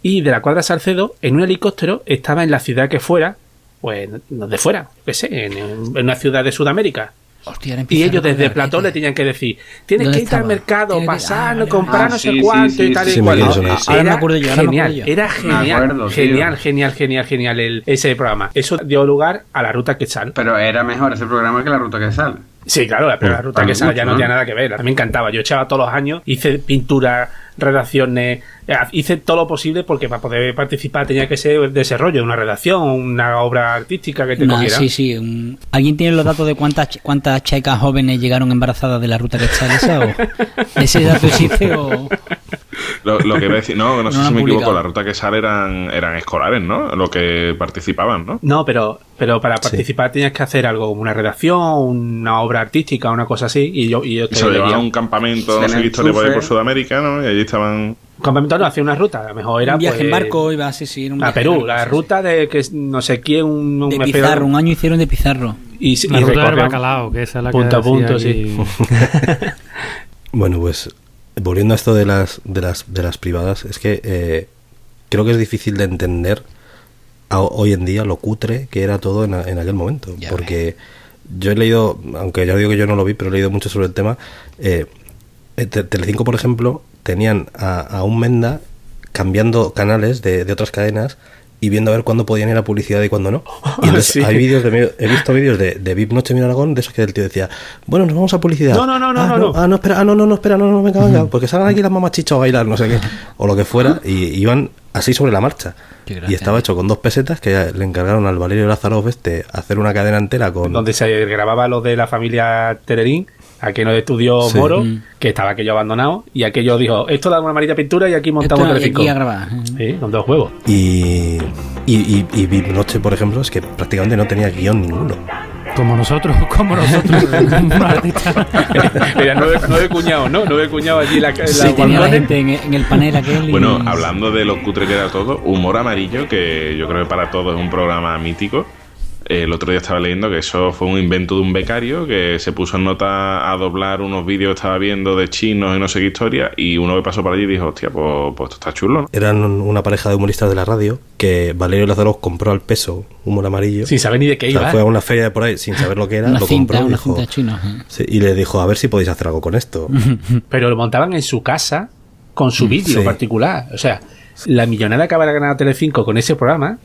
y de la cuadra Salcedo, en un helicóptero, estaba en la ciudad que fuera, pues donde fuera, yo qué sé, en, en una ciudad de Sudamérica.
Hostia, ahora
Y
empieza
ellos
la
desde
cobra,
Platón
¿qué
le
te-
tenían que decir, tienes
¿Dónde
que ir al
estaba?
mercado,
Tienes que-
pasar,
ah,
no
vale,
comprar
vale.
no
Ah,
sé
sí, sí,
cuánto
sí,
y tal
sí,
y
sí, me
cual.
acuerdo, eso no es.
Ahora me
Era
acuerdo yo, ahora me
genial,
acuerdo yo.
era genial,
acuerdo, tío.
genial, genial, genial, genial el, ese programa. Eso dio lugar a la ruta que sale.
Pero era mejor ese programa que la ruta que sale.
Sí, claro, la, pero la ruta
para
que
mí
sale
mucho,
ya no
¿no?
tenía nada que ver. A mí me encantaba. Yo echaba todos los años, hice pintura, redacciones, eh, hice todo lo posible porque para poder participar tenía que ser desarrollo, una redacción, una obra artística que te
No,
cogiera.
sí, sí. un- ¿Alguien tiene los datos de cuántas ch- cuántas chicas jóvenes llegaron embarazadas de la ruta que está esa?
[LAUGHS]
O, ¿Ese dato existe o...?
Lo, lo que iba a decir, no, no sé
No lo
si
han
me equivoco,
publicado.
la ruta que sale eran, eran escolares, ¿no? Lo que participaban, ¿no?
No, pero, pero para participar tenías que hacer algo como una redacción, una obra artística, una cosa así, y yo, y yo
Y
te
se lo
leía.
llevaban a un
Se
campamento, no
le
sé qué historia por ahí por
enchufe.
Sudamérica, ¿no? Y allí estaban.
Campamento no, hacía una ruta, a lo mejor era
un viaje
pues,
en barco, iba así, sí. era un
a
viaje en
Perú,
barco,
la
sí,
ruta de que no sé quién, un,
sí.
un
De
espectador-
Pizarro, un año hicieron de Pizarro.
y, se-
La
y
ruta del
recorrían-
bacalao, que esa es la que
Punto a punto,
decía aquí.
[LAUGHS] Bueno, pues volviendo a esto de las, de las, de las privadas, es que eh, creo que es difícil de entender a- hoy en día lo cutre que era todo en, a- en aquel momento.
Ya
porque yo he leído, aunque ya digo que yo no lo vi, pero he leído mucho sobre el tema. eh, eh, Te- Telecinco, por ejemplo, tenían a, a un Menda cambiando canales de, de otras cadenas y viendo a ver cuándo podían ir a publicidad y cuándo no. Y entonces
Sí.
hay vídeos de medio- he visto vídeos de, de VIP Noche en Aragón de esos que el tío decía, bueno, nos vamos a publicidad.
No, no, no, no,
Ah,
no, no.
Ah, no, espera, ah, no, no, no, espera, no, no, venga, venga, porque salgan aquí las mamachichas a bailar, no sé qué, o lo que fuera, y iban así sobre la marcha.
Qué gracia.
Y estaba hecho con dos pesetas que le encargaron al Valerio Lázaro este hacer una cadena entera con.
donde se grababa lo de la familia Tererín, aquí en el estudio
Sí.
Moro,
Mm.
que estaba aquello abandonado, y aquello dijo, esto da una marita pintura y aquí montamos
Esto, y
Telecinco.
aquí a grabar. ¿eh?
Sí, con dos juegos.
Y. Y, y, y Vip Noche, por ejemplo, es que prácticamente no tenía guión ninguno.
Como nosotros, [LAUGHS] como nosotros. unos artistas.
[LAUGHS] Era nueve, nueve cuñados, ¿no? Nueve cuñados allí en la, en la
Sí, tenía la
balcones.
gente en, en el panel aquel. y-
Bueno, hablando de lo cutre que era todo, Humor Amarillo, que yo creo que para todos es un programa mítico. Eh, El otro día estaba leyendo que eso fue un invento de un becario que se puso en nota a doblar unos vídeos que estaba viendo de chinos y no sé qué historia. Y uno que pasó por allí dijo, hostia, pues, pues esto está chulo, ¿no?
Eran un- una pareja de humoristas de la radio que Valerio Lázaro compró al peso humor amarillo.
Sin saber ni de qué
O sea,
iba.
fue a una feria de por ahí sin saber lo que era,
Una
lo
cinta,
compró y
una
dijo-
cinta ¿eh? china. ajá.
Sí, y le dijo, a ver si podéis hacer algo con esto.
Mm,
Pero lo montaban en su casa con su vídeo
Sí.
particular. O sea, la millonada que habrá ganado Telecinco con ese programa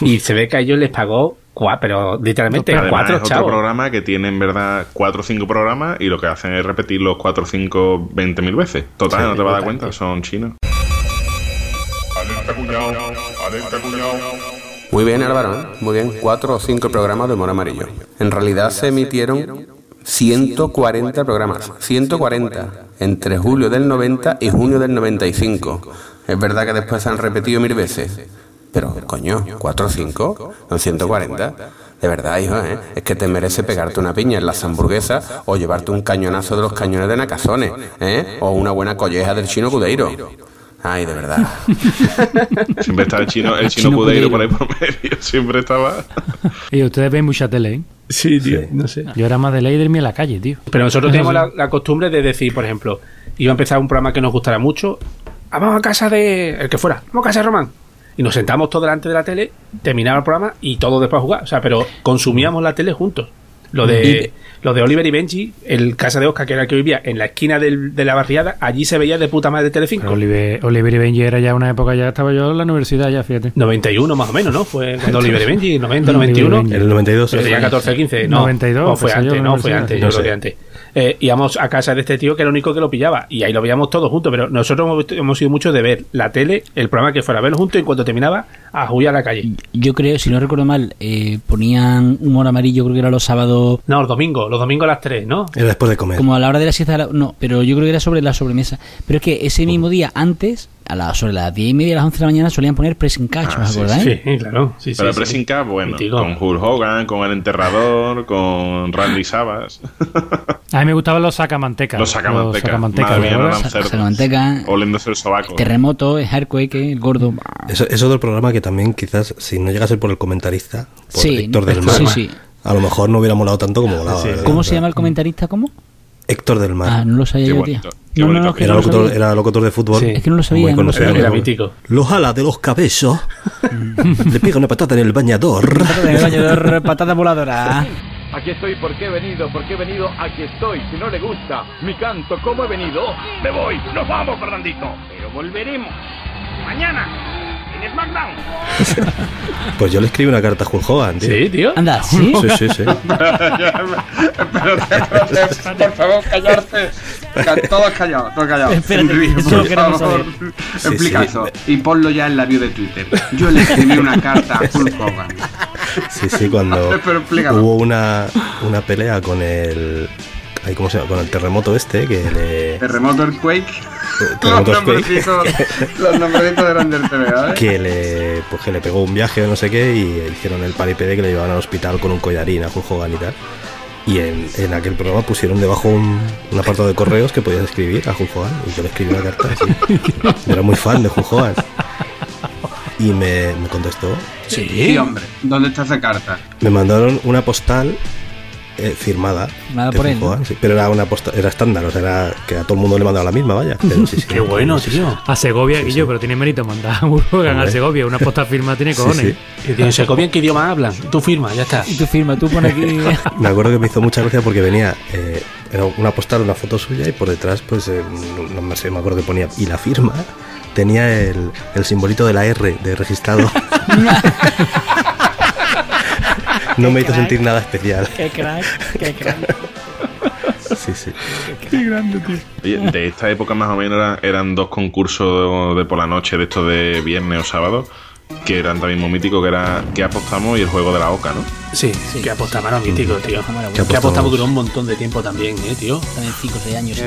y se ve que a ellos les pagó cua- pero literalmente
Además,
cuatro
es otro
chavos.
programa que tiene en verdad cuatro o cinco programas y lo que hacen es repetir los cuatro o cinco veinte mil veces. Total,
Sí,
no te vas a dar
totalmente.
cuenta, son chinos.
Alerta cuñado, alerta cuñado.
Muy bien,
Álvaro, ¿eh? muy bien. Cuatro o cinco programas de humor amarillo. En realidad se emitieron 140 programas. 140. Entre julio del 90 y junio del 95. Es verdad que después se han repetido mil veces. Pero, coño, cuatro o cinco, son 140. De verdad, hijo, ¿eh? es que te merece pegarte una piña en las hamburguesas o llevarte un cañonazo de los cañones de Nacazones, ¿eh? o una buena colleja del chino Cudeiro. Ay, de verdad.
Siempre está el chino, el chino,
Chino
cudeiro
Cudeiro.
por ahí por medio, siempre estaba.
Y ustedes ven mucha tele, ¿eh?
Sí, tío, no sé.
Yo era más de ley dormía en la calle, tío.
Pero nosotros
Eso
tenemos
sí.
la, la costumbre de decir, por ejemplo, iba a empezar un programa que nos gustara mucho, "Ah, vamos a casa de... el que fuera, vamos a casa de Román. Y nos sentamos todos delante de la tele, terminaba el programa y todos después a jugar. O sea, pero consumíamos la tele juntos. Lo de, lo de Oliver y Benji, el casa de Oscar, que era el que vivía en la esquina del- de la barriada, allí se veía de puta madre Telecinco.
Oliver, Oliver y Benji era ya una época, ya estaba yo en la universidad, ya fíjate.
91 más o menos, ¿no? Fue
[LAUGHS]
cuando Oliver y Benji, 90,
Oliver y
91.
Benji.
En el 92.
Pero tenía 14 o 15, no.
92,
no, fue
pues, yo en
antes,
la
no, fue
universidad.
antes,
No
yo creo
sé.
que antes. Eh, íbamos a casa de este tío que era el único que lo pillaba y ahí lo veíamos todos juntos, pero nosotros hemos, visto- hemos sido mucho de ver la tele, el programa que fuera a verlo juntos y en cuanto terminaba, a jugar a la calle.
Yo creo, si no recuerdo mal, eh, ponían humor amarillo, creo que era los sábados,
No, los domingos, los domingos a las 3, ¿no?
Era después de comer.
como a la hora de la siesta. de la- No, pero yo creo que era sobre la sobremesa. Pero es que ese mismo día, antes, a la, sobre las 10 y media, a las 11 de la mañana, solían poner pressing catch,
Ah,
¿os
sí,
acordáis?
Sí, claro. Sí, sí,
Pero
sí.
Pressing Cup, bueno,
Mítico.
con Hulk Hogan, con El Enterrador, con Randy Savas.
A mí me gustaban los sacamantecas.
Los sacamantecas.
sacamantecas,
Madre mía,
¿verdad?
eran cerdos.
Salamanteca,
Oliéndose el sobaco.
Este terremoto, el earthquake, el gordo.
Eso- es otro programa que también quizás, si no llegase por el comentarista, por
Sí,
Héctor del
sí,
Mar,
sí.
a lo mejor no hubiera molado tanto como molaba. ¿verdad?
¿Cómo se llama el comentarista? ¿Cómo?
Héctor del Mar.
Ah, no lo sabía
Qué
yo, tío.
bonito, qué
No, no,
bonito.
no, es que
era,
no lo
locutor,
sabía.
era locutor de fútbol.
Sí. Es que no lo sabía,
Muy
no lo
conocido.
sabía. Era
mítico.
Los ala de los cabezos.
Mm.
le pega una patata en el bañador. [LAUGHS]
Patata voladora.
Aquí estoy porque he venido, porque he venido, aquí estoy. Si no le gusta mi canto, ¿cómo he venido? Me voy, nos vamos, Fernandito. Pero volveremos. Mañana, en SmackDown.
Pues yo le escribí una carta a Hulk Hogan, tío.
Sí, tío.
Anda,
¿sí? Sí, sí, sí.
Por favor, callarse. Ca- Todos callados, todos callados.
Espérate,
Enrique,
eso lo
por
queremos
favor,
saber.
Sí,
explica
sí.
eso. Y ponlo ya en la bio de Twitter. Yo le escribí una carta a Hulk Hogan.
Sí, sí, cuando
[LAUGHS] Pero explícalo.
hubo una, una pelea con el. ay, ¿Cómo se llama? Con el terremoto este que le.
Terremoto el Quake. Los
terremoto Quake.
nombrecitos, los nombrecitos eran del TVA, ¿eh?
que le, pues que le pegó un viaje o no sé qué y hicieron el paripé de que le llevaban al hospital con un collarín a Hulk Hogan y tal. Y en, en aquel programa pusieron debajo un, un apartado de correos que podías escribir a Hulk Hogan y yo le escribí una carta. sí. Yo era muy fan de Hulk Hogan. Y me, me contestó.
Sí. hombre. ¿Dónde está esa carta?
Me mandaron una postal eh, firmada.
Firmada
de
por
Hulk
él, ¿no?
Hogan, sí. Pero era una postal, era estándar, o sea, era que a todo el mundo le mandaba la misma, vaya. Pero sí, sí.
Qué bueno, tío. A Segovia, Guillo, pero tiene mérito mandar a Burgogan a
Hombre.
Segovia. Una posta firma tiene
Sí,
cojones.
sí.
Y en Segovia, ¿en qué idioma hablan? Tú firma, ya está.
Tú firma, tú
[LAUGHS]
pones aquí.
Me acuerdo que me hizo mucha gracia porque venía eh, era una postal, una foto suya y por detrás, pues, eh, no, no me sé, me acuerdo que ponía. Y la firma tenía el, el simbolito de la R
[LAUGHS]
de registrado. no me hizo sentir nada especial.
Qué crack, qué crack.
Sí, sí.
Qué grande, tío.
Oye, de esta época más o menos era- eran dos concursos de, de por la noche, de estos de viernes o sábado, que eran también muy míticos, que era ¿Qué apostamos? y el juego de la oca, ¿no?
Sí, que apostaba era mítico, tío.
bueno.
Que
Que
apostaba
apostamos.
duró un montón de tiempo también, eh, tío.
También 5 o 6 años.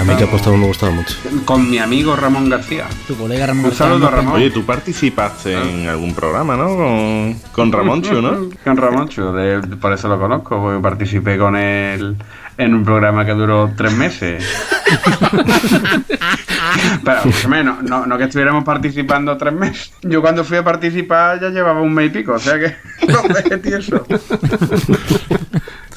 A mí que apostado me gustaba mucho.
Con mi amigo Ramón García.
Tu colega Ramón
Un saludo,
Ah.
Ramón.
Oye, tú participaste en algún programa, ¿no? Con, con Ramoncho, ¿no?
Con Ramoncho, de- por eso lo conozco, porque participé con él en un programa que duró tres meses. Pero, escúchame, no, no, no que estuviéramos participando tres meses. Yo cuando fui a [LAUGHS] participar ya llevaba un mes y pico, o sea que... No, es tieso.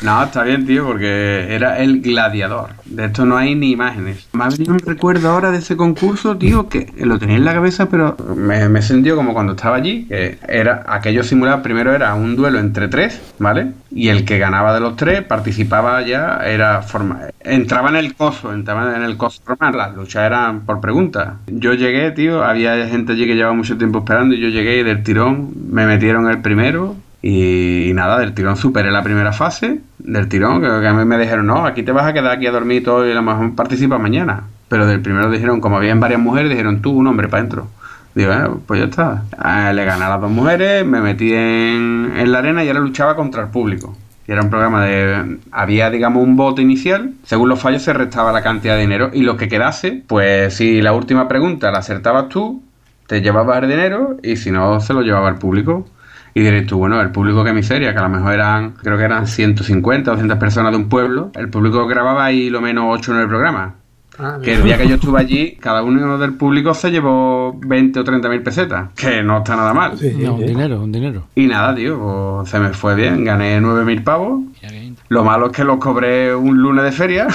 No, está bien, tío, porque era el gladiador. De esto no hay ni imágenes. Me ha venido un recuerdo ahora de ese concurso, tío, que lo tenía en la cabeza, pero me, me he sentido como cuando estaba allí, que era aquello simulado, primero era un duelo entre tres, ¿vale? Y el que ganaba de los tres participaba ya, era forma, entraba en el coso, entraba en el coso romano. Las luchas eran por preguntas. Yo llegué, tío, había gente allí que llevaba mucho tiempo esperando y yo llegué y del tirón me metieron el primero. Y, y nada, del tirón superé la primera fase, del tirón, que, que a mí me dijeron, no, aquí te vas a quedar aquí a dormir y todo y a lo mejor participas mañana. Pero del primero dijeron, como habían varias mujeres, dijeron tú, un hombre para adentro. Digo, eh, pues ya está. Ah, le gané a las dos mujeres, me metí en, en la arena y ahora luchaba contra el público. Y era un programa de. Había, digamos, un bote inicial. Según los fallos, se restaba la cantidad de dinero. Y lo que quedase, pues si la última pregunta la acertabas tú, te llevabas el dinero y si no, se lo llevaba el público. Y diréis tú, bueno, el público que miseria, que a lo mejor eran, creo que eran 150 o 200 personas de un pueblo. El público grababa ahí lo menos 8 o 9 programas. Que el día que yo estuve allí, cada uno del público se llevó 20 o 30 mil pesetas. Que no está nada mal.
No, un dinero, un dinero.
Y nada, tío, pues, se me fue bien. Gané 9 mil pavos. Lo malo es que los cobré un lunes de feria.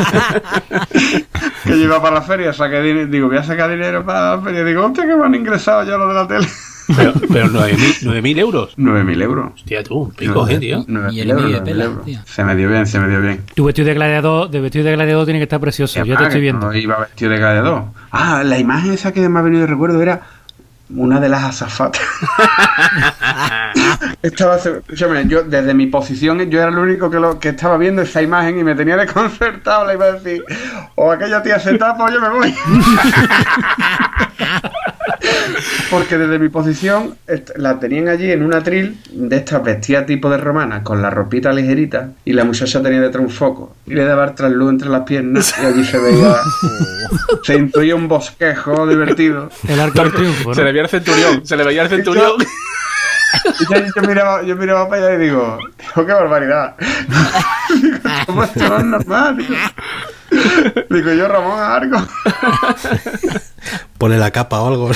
[LAUGHS] que yo iba para la feria, saqué dinero. Digo, voy a sacar dinero para la feria. Digo, hostia, que me han ingresado ya los de la tele. [LAUGHS]
Pero, pero 9.000 euros.
9.000 euros.
Hostia, tú, pico, eh, tío.
9.000 euros, 9.000 euros. Se me dio bien, se me dio bien.
Tu vestido de gladiador, de vestido de gladiador tiene que estar
Y
precioso. Yo te
además,
estoy
que
viendo.
no iba vestido de gladiador. Ah, la imagen esa que me ha venido de recuerdo era una de las azafatas. estaba, se- escúchame, yo desde mi posición, yo era el único que, lo, que estaba viendo esa imagen y me tenía desconcertado. Le iba a decir, o aquella tía se tapa o yo me voy. Porque desde mi posición est- la tenían allí en un atril de estas vestidas tipo de romana con la ropita ligerita y la muchacha tenía detrás un foco y le daba el trasluz entre las piernas y allí se veía se intuía un bosquejo divertido
El arco del triunfo, ¿no?
Se le veía el centurión, se le veía el centurión.
Y yo, yo miraba, yo miraba para allá y digo, digo, qué barbaridad. [LAUGHS] Digo, ¿Cómo esto no es normal? Digo, Digo, yo Ramón Argo.
Pone la capa o [LAUGHS] algo.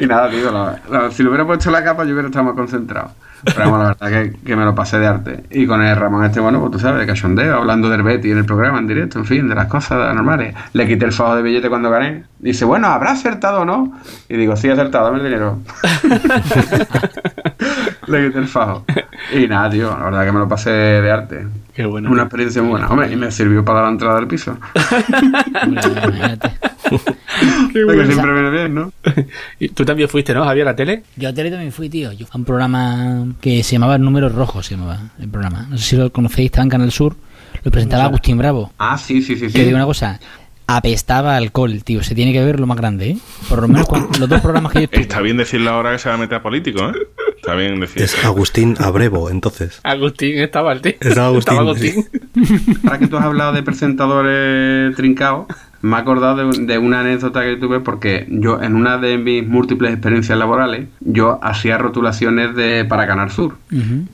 Y nada, digo, la- la- si le hubiera puesto la capa, yo hubiera estado más concentrado. Pero bueno, la verdad que, que me lo pasé de arte. Y con el Ramón este, bueno, pues tú sabes, de cachondeo, hablando del Betty en el programa, en directo, en fin, de las cosas normales. Le quité el fajo de billete cuando gané. Dice, bueno, ¿habrá acertado o no? Y digo, sí, he acertado, dame el dinero. [LAUGHS] Le quité el fajo. Y nada, tío, la verdad que me lo pasé de arte.
[LAUGHS] Qué bueno. [LAUGHS]
Una experiencia muy buena. Hombre, y me sirvió para la entrada al piso. Lo [LAUGHS] que siempre viene bien, ¿no?
Y tú también fuiste, ¿no, Javier, a la tele?
Yo a tele también fui, tío. Yo a un programa que se llamaba Números Rojos, se llamaba el programa. No sé si lo conocéis, estaba en Canal Sur. Lo presentaba Agustín Bravo.
Ah, sí, sí, sí. sí.
Te digo una cosa. Apestaba a alcohol, tío. Se tiene que ver lo más grande, ¿eh? Por lo menos cuan- los dos programas que yo estuve.
Está bien decirle ahora que se va a meter a político, ¿eh? Está bien decir.
Es Agustín Abrevo, [LAUGHS] entonces.
Agustín [LAUGHS] estaba el tío.
Estaba Agustín,
Ahora que tú has hablado de presentadores trincados, me he acordado de, de una anécdota que tuve porque yo en una de mis múltiples experiencias laborales, yo hacía rotulaciones de para Canal Sur.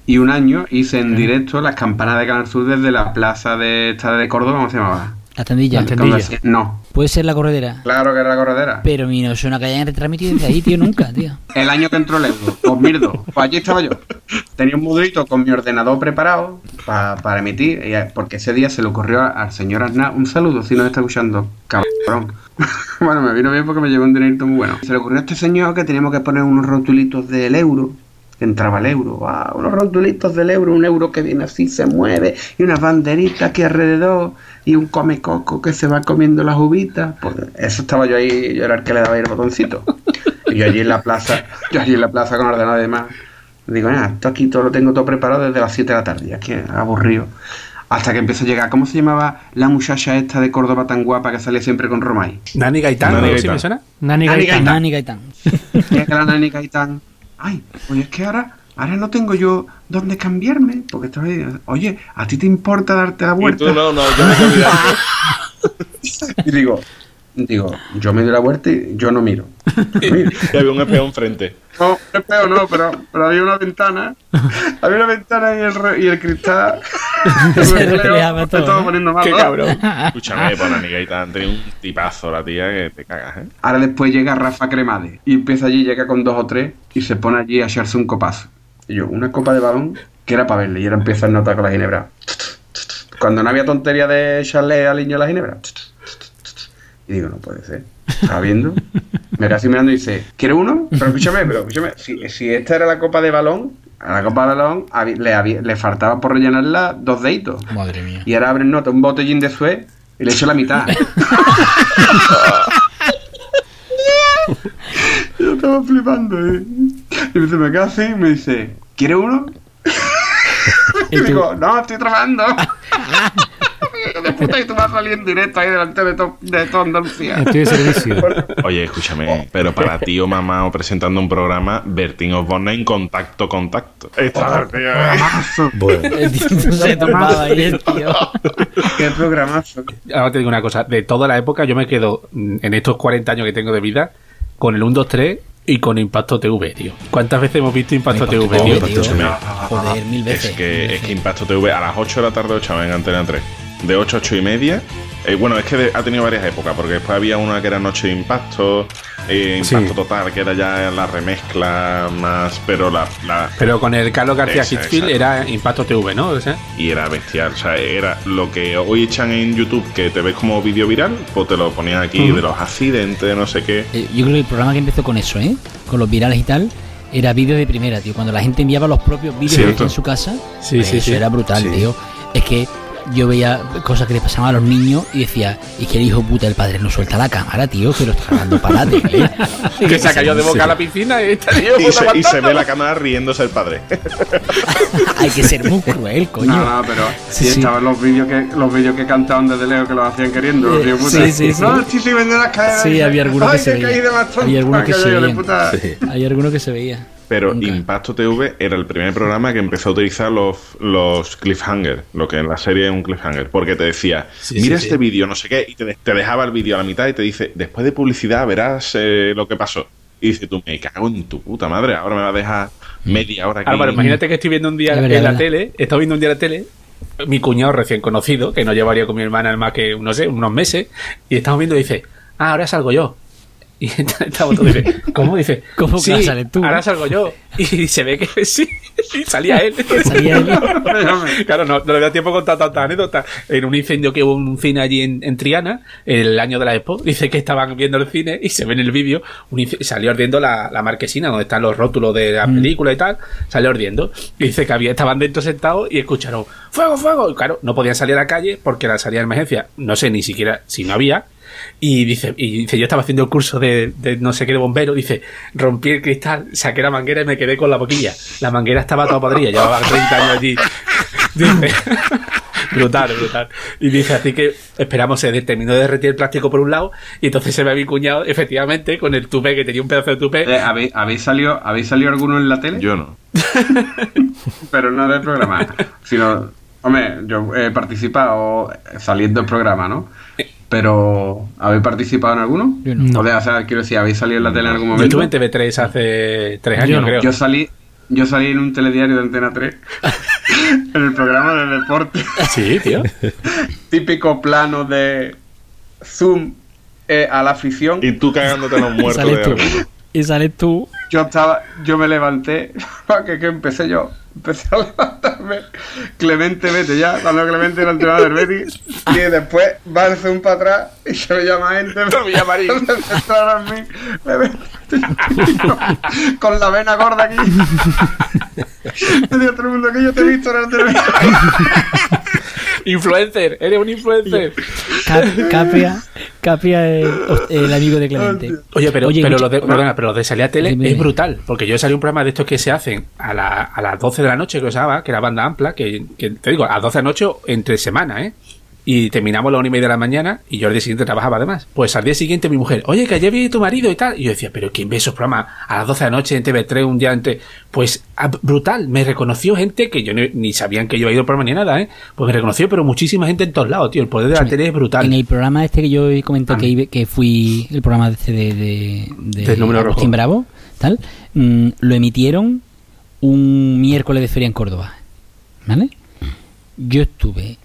Y un año hice en directo las campanas de Canal Sur desde la plaza de esta de Córdoba, ¿cómo se llamaba?
La tendilla.
Cuando hacía- No,
Puede ser la corredera.
claro que era la corredera.
Pero mi no suena que hayan retransmitido desde ahí, tío, nunca, tío.
El año que entró el euro, 2002, pues allí estaba yo. Tenía un mudrito con mi ordenador preparado pa- para emitir, y, eh, porque ese día se le ocurrió a- al señor Aznar un saludo, si nos está escuchando, cabrón. [LAUGHS] bueno, me vino bien porque me llevó un dinerito muy bueno. Se le ocurrió a este señor que teníamos que poner unos rotulitos del euro, que entraba el euro, ah, unos rotulitos del euro, un euro que viene así, se mueve, y unas banderitas aquí alrededor, y un come coco que se va comiendo las uvitas. Pues eso estaba yo ahí, yo era el que le daba ahí el botoncito. Y yo allí en la plaza, yo allí en la plaza con ordenador y demás. Digo, nada, esto aquí todo lo tengo todo preparado desde las 7 de la tarde, ya que aburrido. Hasta que empezó a llegar, ¿cómo se llamaba la muchacha esta de Córdoba tan guapa que salía siempre con Romay?
Nani Gaitán,
Nani
¿no? ¿Sí
Gaitán.
me suena?
Nani
Nani
Gaitán.
Gaitán.
Nani Gaitán.
Que era la nani Gaitán. Ay, pues es que ahora, ahora no tengo yo dónde cambiarme, porque estaba ahí, oye, ¿a ti te importa darte la
Y
vuelta?
tú no, no, yo me he olvidado.
Y digo, digo, yo me doy la vuelta y yo no
[LAUGHS]
miro.
Y había un espejo enfrente.
No, es peor no, pero, pero había una ventana. Había una ventana y el, re- y el cristal.
[LAUGHS]
[LAUGHS]
Se
Me
reflejaba todo,
estaba
¿no?
poniendo mal.
Qué
¿no?
cabrón. Escúchame, por la Gaitán tenía un tipazo la tía que te cagas, ¿eh?
Ahora después llega Rafa Cremades y empieza allí, llega con dos o tres y se pone allí a echarse un copazo. Y yo, una copa de balón, que era para verle. Y ahora empieza el nota con la ginebra. Cuando no había tontería de echarle al niño la ginebra. Y digo, no puede ser. ¿Estaba viendo? Me quedo así mirando y dice, ¿quiere uno? Pero escúchame, pero escúchame. Si, si esta era la copa de balón, a la copa de balón habi- le, habi- le faltaba por rellenarla dos deditos.
Madre mía.
Y ahora abren nota un botellín de suez y le echo la
[LAUGHS]
mitad. Yo estaba flipando, eh. Y me dice, me quedo así y me dice, ¿quiere
[LAUGHS]
uno? Y, digo, no, estoy trabajando. Hijo de puta, y tú vas a salir en directo ahí delante de todo de to Andalucía.
[LAUGHS]
Oye, escúchame, pero para ti o mamá o presentando un programa, Bertín Osborne en contacto, contacto. Está, tío.
Se tomaba ahí, tío.
Qué programazo.
Ahora te digo una cosa, de toda la época yo me quedo mm, en estos 40 años que tengo de vida con el 1, 2, 3 y con Impacto TV, tío. ¿Cuántas veces hemos visto Impacto
Impacto
TV,
TV,
tío?
tío.
Joder, mil veces.
Es que, es que Impacto TV a las 8 de la tarde, 8 en Antena 3. De 8 a 8 y media. Eh, bueno, es que de- ha tenido varias épocas, porque después había una que era Noche de Impacto, eh, Impacto Total, que era ya la remezcla más, pero la... la-
Pero con el Carlos García
Esa,
Hitfield
esa.
era Impacto TV, ¿no? O sea,
Y era bestial, o sea, era lo que hoy echan en YouTube, que te ves como vídeo viral, pues te lo ponían aquí,
Ujú.
de los accidentes, no sé qué.
Eh, Yo creo que el programa que empezó con eso, ¿eh? Con los virales y tal, era vídeo de primera, tío. Cuando la gente enviaba los propios vídeos
Cierto.
en su casa,
Sí,
pues
sí,
eso
sí.
era brutal,
Sí.
tío. Es que yo veía cosas que le pasaban a los niños y decía, y que el hijo puta el padre no suelta la cámara, tío, que lo está grabando para la tele. [LAUGHS]
que se ha caído de boca
Sí.
a la piscina y está tío, puta
Y se, y se
aguantando.
ve la cámara riéndose el padre.
Hay que ser muy cruel, coño.
No, no, pero sí,
Sí, sí.
estaban los vídeos que los vídeos que cantaban desde lejos que los hacían queriendo, los
Eh,
tío puta.
sí, sí, sí.
No, estoy subiendo las caderas.
Sí, había algunos
Ay,
que se
he caído
veían.
bastante.
Había algunos que
Ay,
se
coño, de
veían.
puta.
Hay algunos que se veían.
Pero Impacto TV era el primer programa que empezó a utilizar los, los cliffhanger, lo que en la serie es un cliffhanger, porque te decía, mira
sí,
este
sí.
vídeo, no sé qué, y te, de- te dejaba el vídeo a la mitad y te dice, después de publicidad verás eh, lo que pasó. Y dice, tú me cago en tu puta madre, ahora me va a dejar media hora aquí.
Mm. Álvaro, imagínate que estoy viendo un día
Es verdad,
en la
es verdad.
tele, he estado viendo un día la tele, mi cuñado recién conocido, que no llevaría con mi hermana más que, no sé, unos meses, y estamos viendo y dice, ah, ahora salgo yo. Y [LAUGHS] estamos todos dice, ¿cómo? Dice,
[LAUGHS] ¿Cómo que
sí,
ahora sales tú?
Ahora salgo yo. [LAUGHS] Y se ve que sí, y salía él.
Salía él.
claro, no, no le da tiempo a contar tantas anécdotas. En un incendio que hubo en un cine allí en, en Triana, el año de la Expo, dice que estaban viendo el cine y se ve en el vídeo, un inc- salió ardiendo la, la marquesina donde están los rótulos de la película y tal, salió ardiendo. Y dice que había, estaban dentro sentados y escucharon, ¡fuego, fuego! Y claro, no podían salir a la calle porque la salida de emergencia, no sé ni siquiera si no había. Y dice, y dice, yo estaba haciendo el curso de, de no sé qué de bombero, dice, rompí el cristal, saqué la manguera y me quedé con la boquilla. La manguera estaba toda podrida, llevaba 30 años
[LAUGHS]
allí. Dice, [LAUGHS] brutal, brutal. Y dice, así que esperamos, se de- terminó de derretir el plástico por un lado, y entonces se ve a mi cuñado, efectivamente, con el tupé, que tenía un pedazo de tupé.
Eh, ¿habéis, habéis salido, ¿Habéis salido alguno en la tele?
Yo no.
Pero no del
[LAUGHS]
programa. Sino, hombre, yo he participado saliendo del programa, ¿no? Pero, ¿habéis participado en alguno?
Yo
no. O sea, o sea, quiero decir, ¿habéis salido en la tele en algún
Yo
momento?
estuve en TV3 hace tres
yo
años,
no.
creo.
Yo salí, yo salí en un telediario de Antena
[LAUGHS]
3. en el programa de deporte.
Sí,
[LAUGHS]
tío.
Típico plano de Zoom eh, a la afición.
Y tú
[LAUGHS]
cagándote a los muertos
Sales de tú.
hambre.
Y sales tú.
Yo estaba, yo me levanté, [LAUGHS] que, que empecé yo, empecé a levantarme. Clemente, vete ya, cuando Clemente era el entrenador del Betis, y después va el zoom para atrás y se me llama gente, se me llama a mí, me ven- con la vena gorda aquí. Me dijo todo el mundo que yo te he visto en el [LAUGHS] televisión.
influencer, eres un influencer.
Cap- Capria, Capria es eh, el amigo de Clemente.
Oye, pero, pero,
escucha-
los de, perdona, pero los de salir a tele
Dime,
es
dime.
brutal. Porque yo salí un programa de estos que se hacen a, la- a las 12 de la noche, que os hablaba, que era banda ampla, que, que te digo, a las 12 de la noche entre semana, ¿eh? Y terminamos a las 1 y media de la mañana y yo al día siguiente trabajaba además. Pues al día siguiente mi mujer, oye, que ayer vi tu marido y tal. Y yo decía, pero ¿quién ve esos programas a las 12 de la noche en TV3 un día antes? Pues ah, brutal, me reconoció gente que yo ni, ni sabían que yo había ido al programa ni nada, ¿eh? Pues me reconoció, pero muchísima gente en todos lados, tío. El poder de la tele es brutal. [LAUGHS]
En el programa este que yo he comentado
Ah.
que, iba- que fui el programa este de, de, de,
Del número rojo.
Agustín Bravo, tal, mm, lo emitieron un miércoles de feria en Córdoba. ¿Vale?
Mm.
Yo estuve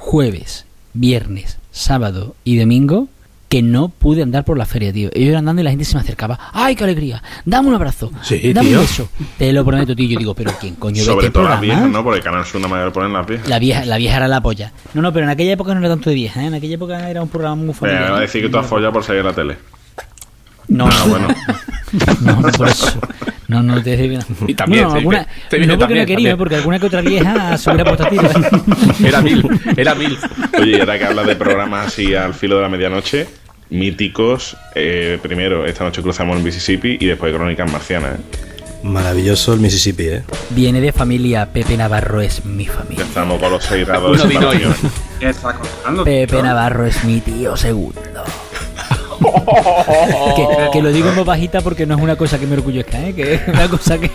jueves, viernes, sábado y domingo que no pude andar por la feria, tío. Yo iba andando y la gente se me acercaba. ¡Ay, qué alegría! Dame un abrazo.
Sí,
dame
tío.
un beso. Te lo prometo, tío. Yo digo, pero ¿quién coño ve
Sobre
este
todo las
programa?
viejas, ¿no? Porque Canal Sur no me ponen las viejas.
La vieja, la vieja era la polla. No, no, pero en aquella época no era tanto de vieja, ¿eh? En aquella época era un programa muy
Me
familiar.
van a decir que tú has follado por salir a la tele.
[LAUGHS] No,
Ah, bueno.
[LAUGHS]
No, no por eso. No, no te digo nada.
Y también,
no,
te
alguna,
viene- te viene
no porque no
también,
he querido,
también.
porque alguna que otra vieja se hubiera puesto a tiro. ¿eh?
[LAUGHS] Era Bill, era Bill. Oye, y ahora que hablas de programas así al filo de la medianoche, míticos, eh, primero, esta noche cruzamos el Mississippi y después Crónicas Marcianas. ¿eh?
Maravilloso el Mississippi, ¿eh?
Viene de familia, Pepe Navarro es mi familia.
Estamos con los seis grados de separación.
¿Qué está contando?
Pepe Navarro es mi tío segundo.
[LAUGHS]
que, que lo digo en voz bajita porque no es una cosa que me orgullezca, ¿eh? que es una cosa que...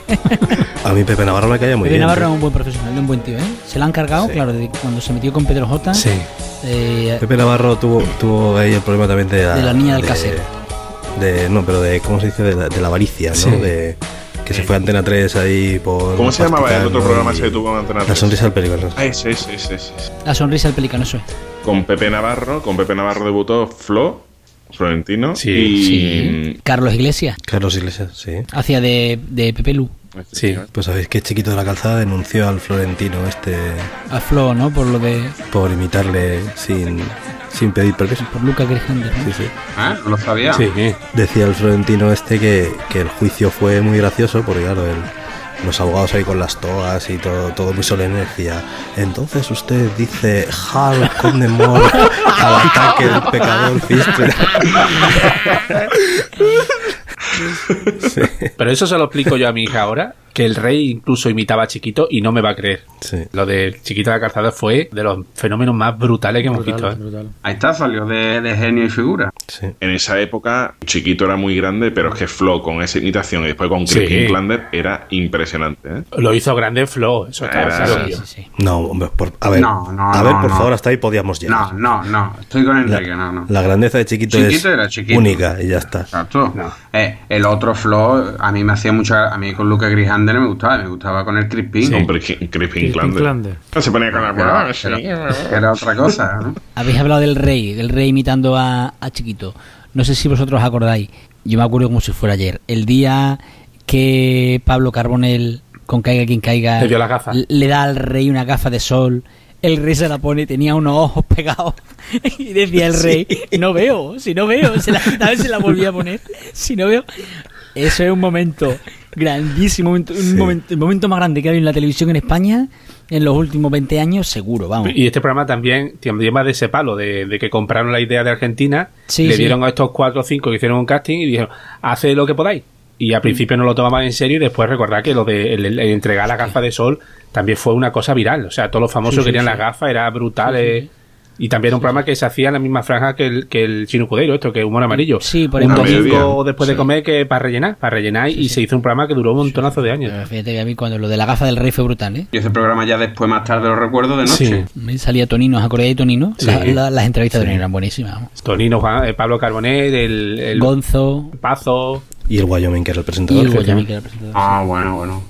A mí Pepe Navarro me caía muy
Pepe
bien.
Navarro
¿eh?
es un buen profesional, es un buen tío. ¿eh? Se la han cargado, claro, de cuando se metió con Pedro J.
Sí.
eh,
Pepe Navarro tuvo, tuvo ahí el problema también de la,
De la niña del
de-
casero.
de- no, pero de, ¿cómo se dice? De la, de la avaricia, ¿no?
Sí.
De, que se fue a Antena 3 ahí por.
¿Cómo se llamaba el otro
Pastricano
programa
y-
ese que tuvo en Antena
La
3?
sonrisa del peligro.
Ah, ese, ese, ese, ese.
la sonrisa del pelicano, eso es.
Con Pepe Navarro, con Pepe Navarro debutó Flo, Florentino y...
mm,
Sí. Carlos Iglesias,
Carlos Iglesias, sí.
hacia de, de Pepe Lu.
Sí, pues sabéis que Chiquito de la Calzada denunció al Florentino este
A Flo, ¿no? Por lo de...
por imitarle sin, sin pedir permiso.
Por Luca Grijander,
Sí, sí.
Ah, no lo sabía.
Decía el Florentino este que, que el juicio fue muy gracioso, porque claro, el- los abogados ahí con las togas y todo, todo muy solemne decía, entonces usted dice Hal Condemol [LAUGHS] al ataque del pecador
[LAUGHS]
Fistre.
Pero eso se lo explico yo a mi hija ahora, que el rey incluso imitaba a Chiquito y no me va a creer. Lo de Chiquito de la Calzada fue de los fenómenos más brutales que hemos visto. ¿eh?
Ahí está, salió de, de genio y figura.
En esa época, Chiquito era muy grande, pero es que Flo con esa imitación y después con
Sí.
Crispin Klander era impresionante. ¿eh?
Lo hizo grande Flo, eso está
Ah,
Era-
claro, tío.
No, hombre, por- a ver,
No, no,
a ver
no,
por
no.
favor, hasta ahí podíamos llegar.
No, no, no. Estoy con Enrique, no, no.
La grandeza de Chiquito,
Chiquito
es
era chiquito.
única y ya está.
Exacto. Eh, el otro flow, a mí me hacía mucha. A mí con Luca Grisander me gustaba, me gustaba con el Crispin.
Con Crispin, Klander. Se ponía con la
Era,
palabra, Ah, sí.
era- era otra cosa, ¿no?
Habéis hablado del rey, del rey imitando a, a Chiquito. No sé si vosotros os acordáis, yo me acuerdo como si fuera ayer, el día que Pablo Carbonel, con caiga quien caiga,
Le dio las gafas.
l- le da al rey una gafa de sol. El rey se la pone, tenía unos ojos [LAUGHS] pegados. Y decía el rey, no veo, si no veo, se la quitaba y se la volvía a poner. Si no veo. Eso es un momento grandísimo, un momento- un momento- el momento más grande que ha habido en la televisión en España en los últimos 20 años, seguro, vamos.
Y este programa también también va de ese palo, de, de que compraron la idea de Argentina,
Sí,
le
sí.
dieron a estos cuatro o cinco que hicieron un casting y dijeron, haced lo que podáis.
Mm.
Y al principio no lo tomaban en serio y después recordad que lo de el- el- el entregar la gafa de sol también fue una cosa viral. O sea, todos los famosos
Sí, sí,
querían
sí.
las gafas, era brutal.
Sí, sí,
eh. Y también era un programa que se hacía en la misma franja que el, que el chino cudero, esto que es humor amarillo.
Sí, por
un
ejemplo.
domingo
Mediodía.
después de
Sí.
comer que para rellenar, para rellenar y se hizo un programa que duró un montonazo de años.
Fíjate que a mí cuando lo de la gafa del rey fue brutal, ¿eh?
Y ese programa ya después, más tarde, lo recuerdo de noche.
Me salía Tonino, ¿os acordáis de Tonino?
Sí.
La- la- las entrevistas
Sí.
de Tonino eran buenísimas. vamos.
Tonino, Juan- eh, Pablo Carbonell, el, el
Gonzo,
Pazo.
Y el Wyoming, que era el presentador.
Ah, bueno, bueno.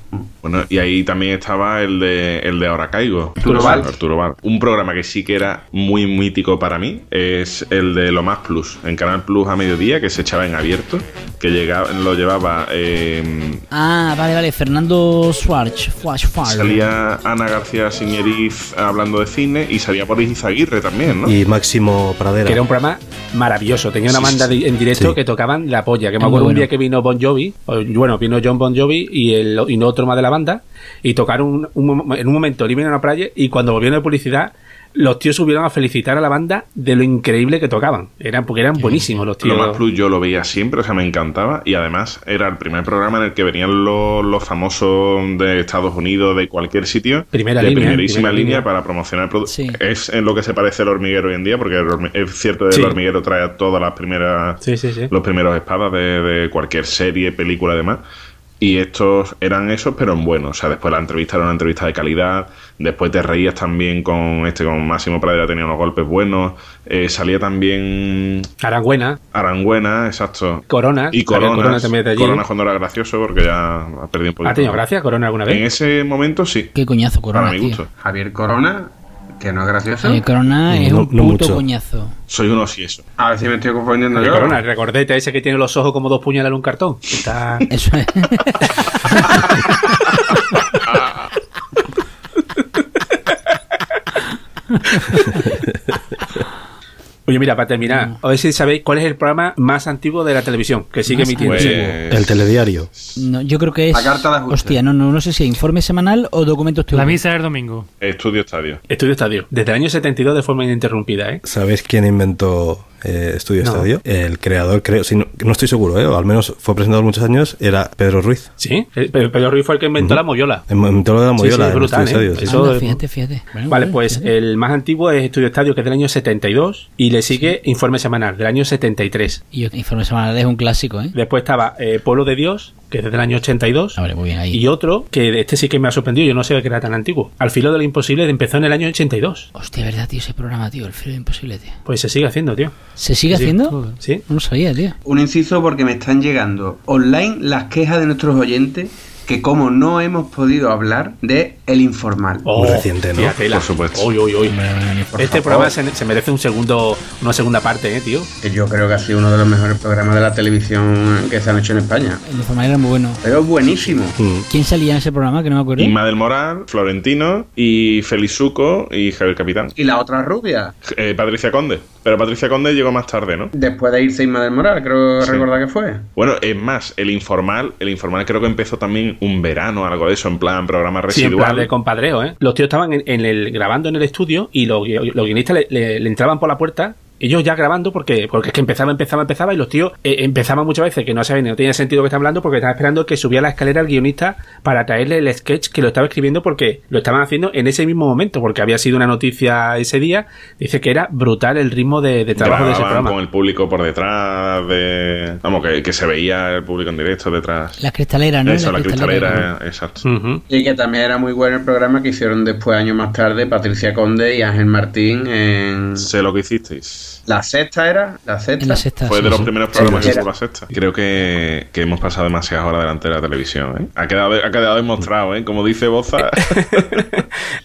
Bueno, y ahí también estaba el de, el de Ahora Caigo.
Arturo Valls.
Arturo Valls. Un programa que sí que era muy mítico para mí es el de Lo Más Plus, en Canal Plus a mediodía, que se echaba en abierto, que llegaba, lo llevaba... eh,
Ah, vale, vale, Fernando Schwartz, Schwartz, Schwartz.
salía Ana García Siñeriz hablando de cine y salía por Izaguirre también, ¿no?
Y Máximo Pradera.
Que era un programa maravilloso. Tenía una
Sí,
banda
sí.
de- en directo
Sí.
que tocaban la polla. Que me
Es
acuerdo un
muy bueno.
día que vino Bon Jovi, o, bueno, vino John Bon Jovi y, el, y no otro más de la banda, y tocaron un- un mom- en un momento Living on a Prayer y cuando volvieron de publicidad, los tíos subieron a felicitar a la banda de lo increíble que tocaban. Eran, porque eran buenísimos los tíos.
Lo más plus yo lo veía siempre, o sea, me encantaba. Y además era el primer programa en el que venían los, los famosos de Estados Unidos, de cualquier sitio,
Primera
de
línea,
primerísima
primera
línea,
línea.
para promocionar el producto. Es en lo que se parece el hormiguero hoy en día, porque el hormi- es cierto que
Sí.
el hormiguero trae a todas las primeras
Sí, sí, sí.
los primeros espadas de, de cualquier serie, película, además. Y estos eran esos, pero en bueno. O sea, después la entrevista era una entrevista de calidad. Después te reías también con este, con Máximo Pradera, tenía unos golpes buenos. Eh, salía también.
Arangüena.
Arangüena, exacto.
Corona.
Y
Salía
Corona.
Corona también de allí.
Corona cuando era gracioso, porque ya ha perdido un poquito.
¿Ha tenido gracia Corona alguna vez?
En ese momento sí.
Ah,
Qué coñazo Corona,
Para mi
tío.
gusto.
Javier Corona Que no es gracioso.
El corona es
No-
un
no
puto
mucho.
coñazo.
Soy uno si eso.
A ver si me estoy confundiendo
El
yo.
corona, el recordete ese que tiene los ojos como dos puñales en un cartón. Está...
Eso es. [LAUGHS]
Oye, mira, para terminar, a ver si sabéis cuál es el programa más antiguo de la televisión que sigue
Más
emitiendo.
antiguo.
El telediario.
No, yo creo que es.
La carta de ajuste.
hostia, no, no, no sé si es informe semanal o documentos teóricos.
del domingo.
Estudio Estadio.
Estudio Estadio. Desde el año 72 de forma ininterrumpida, ¿eh?
¿Sabéis quién inventó eh, Estudio
No.
Estadio? El creador, creo, si no, no estoy seguro, ¿eh? o al menos fue presentado muchos años, era Pedro Ruiz.
Sí, Eh, pero Pedro Ruiz fue el que inventó la moviola.
Inventó lo de la
Sí,
Moyola
sí,
en
brutal,
Estudio
¿eh?
Estadio, sí.
Eso-
Anda, fíjate, fíjate.
Vale, pues el más antiguo es Estudio Estadio, que es del año 72, y le sigue Informe Semanal, del año 73.
Y informe semanal es un clásico, ¿eh?
Después estaba eh, Pueblo de Dios, que es del año
Ah,
82. Y otro, que de este sí que me ha sorprendido, yo no sé que era tan antiguo. Al filo de lo imposible empezó en el año 82.
Hostia, verdad, tío, ese programa, tío, el filo imposible, tío.
Pues se sigue haciendo, tío.
¿Se sigue
Sí.
haciendo?
Sí.
No lo sabía, tío.
Un inciso porque me están llegando online las quejas de nuestros oyentes que como no hemos podido hablar de El Informal.
Oh, tía, tela. Uy, uy, uy. este
favor.
programa se, se merece un segundo, una segunda parte, eh, tío.
Que yo creo que ha sido uno de los mejores programas de la televisión que se han hecho en España.
El informal era muy bueno.
Pero buenísimo.
¿Quién salía en ese programa? Que no me acuerdo.
Inma del Moral, Florentino y Felizuco y Javier Capitán. Eh,
¿Y la otra rubia?
Patricia Conde. Pero Patricia Conde llegó más tarde, ¿no?
Después de irse Inma del Moral, creo recordar que fue.
Bueno, es más, el informal, el informal creo que empezó también un verano, algo de eso, en plan programa
Siempre
residual.
de compadreo, ¿eh? Los tíos estaban en, en el, grabando en el estudio y los, gui- los guionistas le, le- le entraban por la puerta. Ellos ya grabando porque, porque es que empezaba, empezaba, empezaba y los tíos eh, empezaban muchas veces que no sabían, no tenía sentido que estaban hablando porque estaban esperando que subiera la escalera el guionista para traerle el sketch que lo estaba escribiendo porque lo estaban haciendo en ese mismo momento porque había sido una noticia ese día. Dice que era brutal el ritmo de, de trabajo de ese
Grababan
programa.
con el público por detrás, de, vamos, que, que se veía el público en directo detrás.
La cristalera, ¿no?
Eso, la, cristalera,
¿no?
eh, exacto.
Y que también era muy bueno el programa que hicieron después, años más tarde, Patricia Conde y Ángel Martín en...
Sé lo que hicisteis.
¿La sexta era? ¿La sexta?
Fue de los primeros programas que
Era.
tuvo la sexta. Creo que, que hemos pasado demasiadas horas delante de la televisión, ¿eh? Ha quedado, ha quedado demostrado, ¿eh? Como
[LAUGHS]
dice Boza.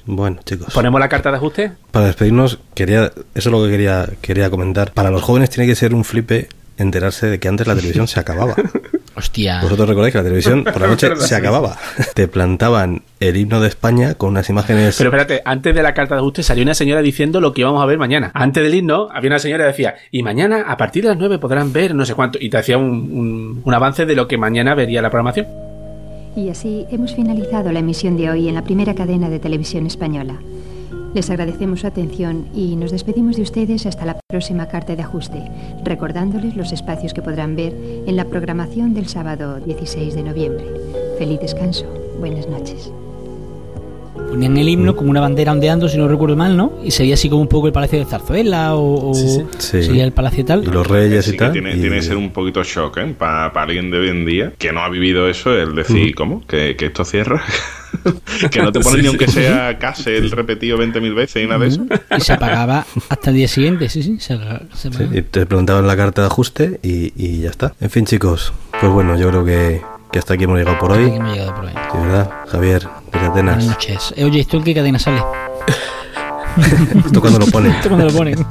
Bueno, chicos.
¿Ponemos la carta de ajuste?
Para despedirnos, quería, eso es lo que quería, quería comentar. Para los jóvenes tiene que ser un flipe enterarse de que antes la televisión se acababa.
Hostia.
Vosotros recordáis que la televisión por la noche
Verdad,
se
sí.
acababa. Te plantaban el himno de España con unas imágenes...
Pero espérate, antes de la carta de ajuste salió una señora diciendo lo que íbamos a ver mañana. Antes del himno había una señora que decía, y mañana a partir de las 9 podrán ver no sé cuánto. Y te hacía un, un- un avance de lo que mañana vería la programación.
Y así hemos finalizado la emisión de hoy en la primera cadena de televisión española. Les agradecemos su atención y nos despedimos de ustedes hasta la próxima carta de ajuste, recordándoles los espacios que podrán ver en la programación del sábado 16 de noviembre. Feliz descanso. Buenas noches.
Ponían el himno como una bandera ondeando, si no recuerdo mal, ¿no? Y sería así como un poco el Palacio de Zarzuela o, o
Sí.
sería el Palacio tal.
Y los reyes
Sí
y
que
tal.
tiene,
y-
tiene que ser un poquito shock, ¿eh? Para alguien de hoy en día que no ha vivido eso, el decir, ¿cómo? ¿Que, que esto cierra? [LAUGHS] que
[LAUGHS]
no te ponen
Sí,
ni aunque
sí.
sea case el repetido 20.000 veces y nada de eso.
Y se apagaba hasta el día siguiente, sí, sí. Se, aga- se
Sí,
apagaba.
y te plantaban la carta de ajuste y, y ya está. En fin, chicos, pues bueno, yo creo que, que hasta aquí hemos llegado por hoy.
Hasta aquí hemos llegado por hoy.
Sí, ¿verdad? Javier, desde
Buenas
Atenas.
noches. Eh, oye, ¿esto en qué cadena sale?
¿Esto cuándo lo ponen?
[LAUGHS]
¿Esto cuándo lo ponen?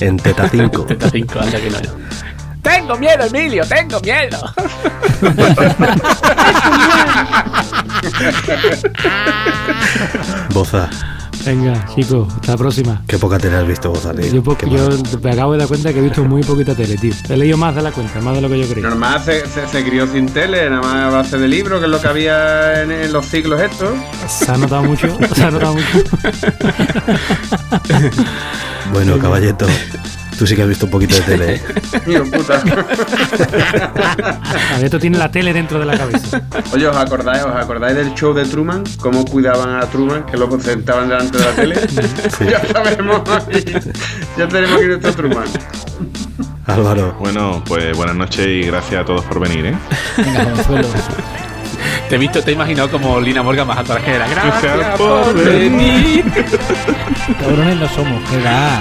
En Teta 5.
Teta 5, anda que no.
Tengo miedo, Emilio, tengo miedo.
Boza,
Venga, chicos, hasta la próxima.
qué poca tele has visto, Boza, tío.
Yo, po-
Qué
yo
mal.
me acabo de dar cuenta que he visto muy poquita tele, tío. He leído más de la cuenta, más de lo que yo creía.
Normal se, se, se crió sin tele, nada más a base de libros, que es lo que había en, en los ciclos [LAUGHS] estos.
Se ha notado mucho, se ha notado mucho. [LAUGHS]
Bueno, caballeto, tú sí que has visto un poquito de tele.
[LAUGHS]
¿eh?
Tío, puta.
Esto tiene la tele dentro de la cabeza.
[LAUGHS] Oye, ¿os acordáis, ¿os acordáis del show de Truman? ¿Cómo cuidaban a Truman? Que lo sentaban delante de la [LAUGHS] tele. ya sabemos. ya tenemos aquí nuestro este Truman.
Álvaro.
Bueno, pues buenas noches y gracias a todos por venir, ¿eh? [LAUGHS]
Te he visto, te he imaginado como Lina Morgan bajando la escalera. Gracias
Gracias
por
por
venir.
Cabrones no somos, que va.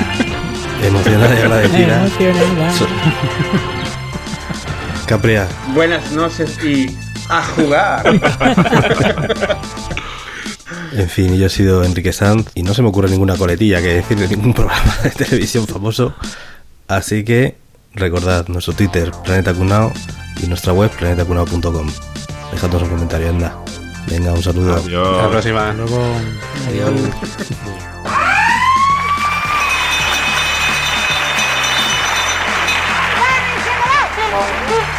Emocionada y
[LAUGHS]
agradecida.
Emocionada.
So- Capria,
Buenas noches y a jugar.
En fin, yo he sido Enrique Sanz y no se me ocurre ninguna coletilla que decir de ningún [LAUGHS] programa de televisión famoso. Así que recordad nuestro Twitter, Planeta Cunao, y nuestra web, planetacunao.com. Dejadnos un comentario, anda. Venga, un saludo.
Adiós.
Hasta la próxima.
Adiós.
Thank you.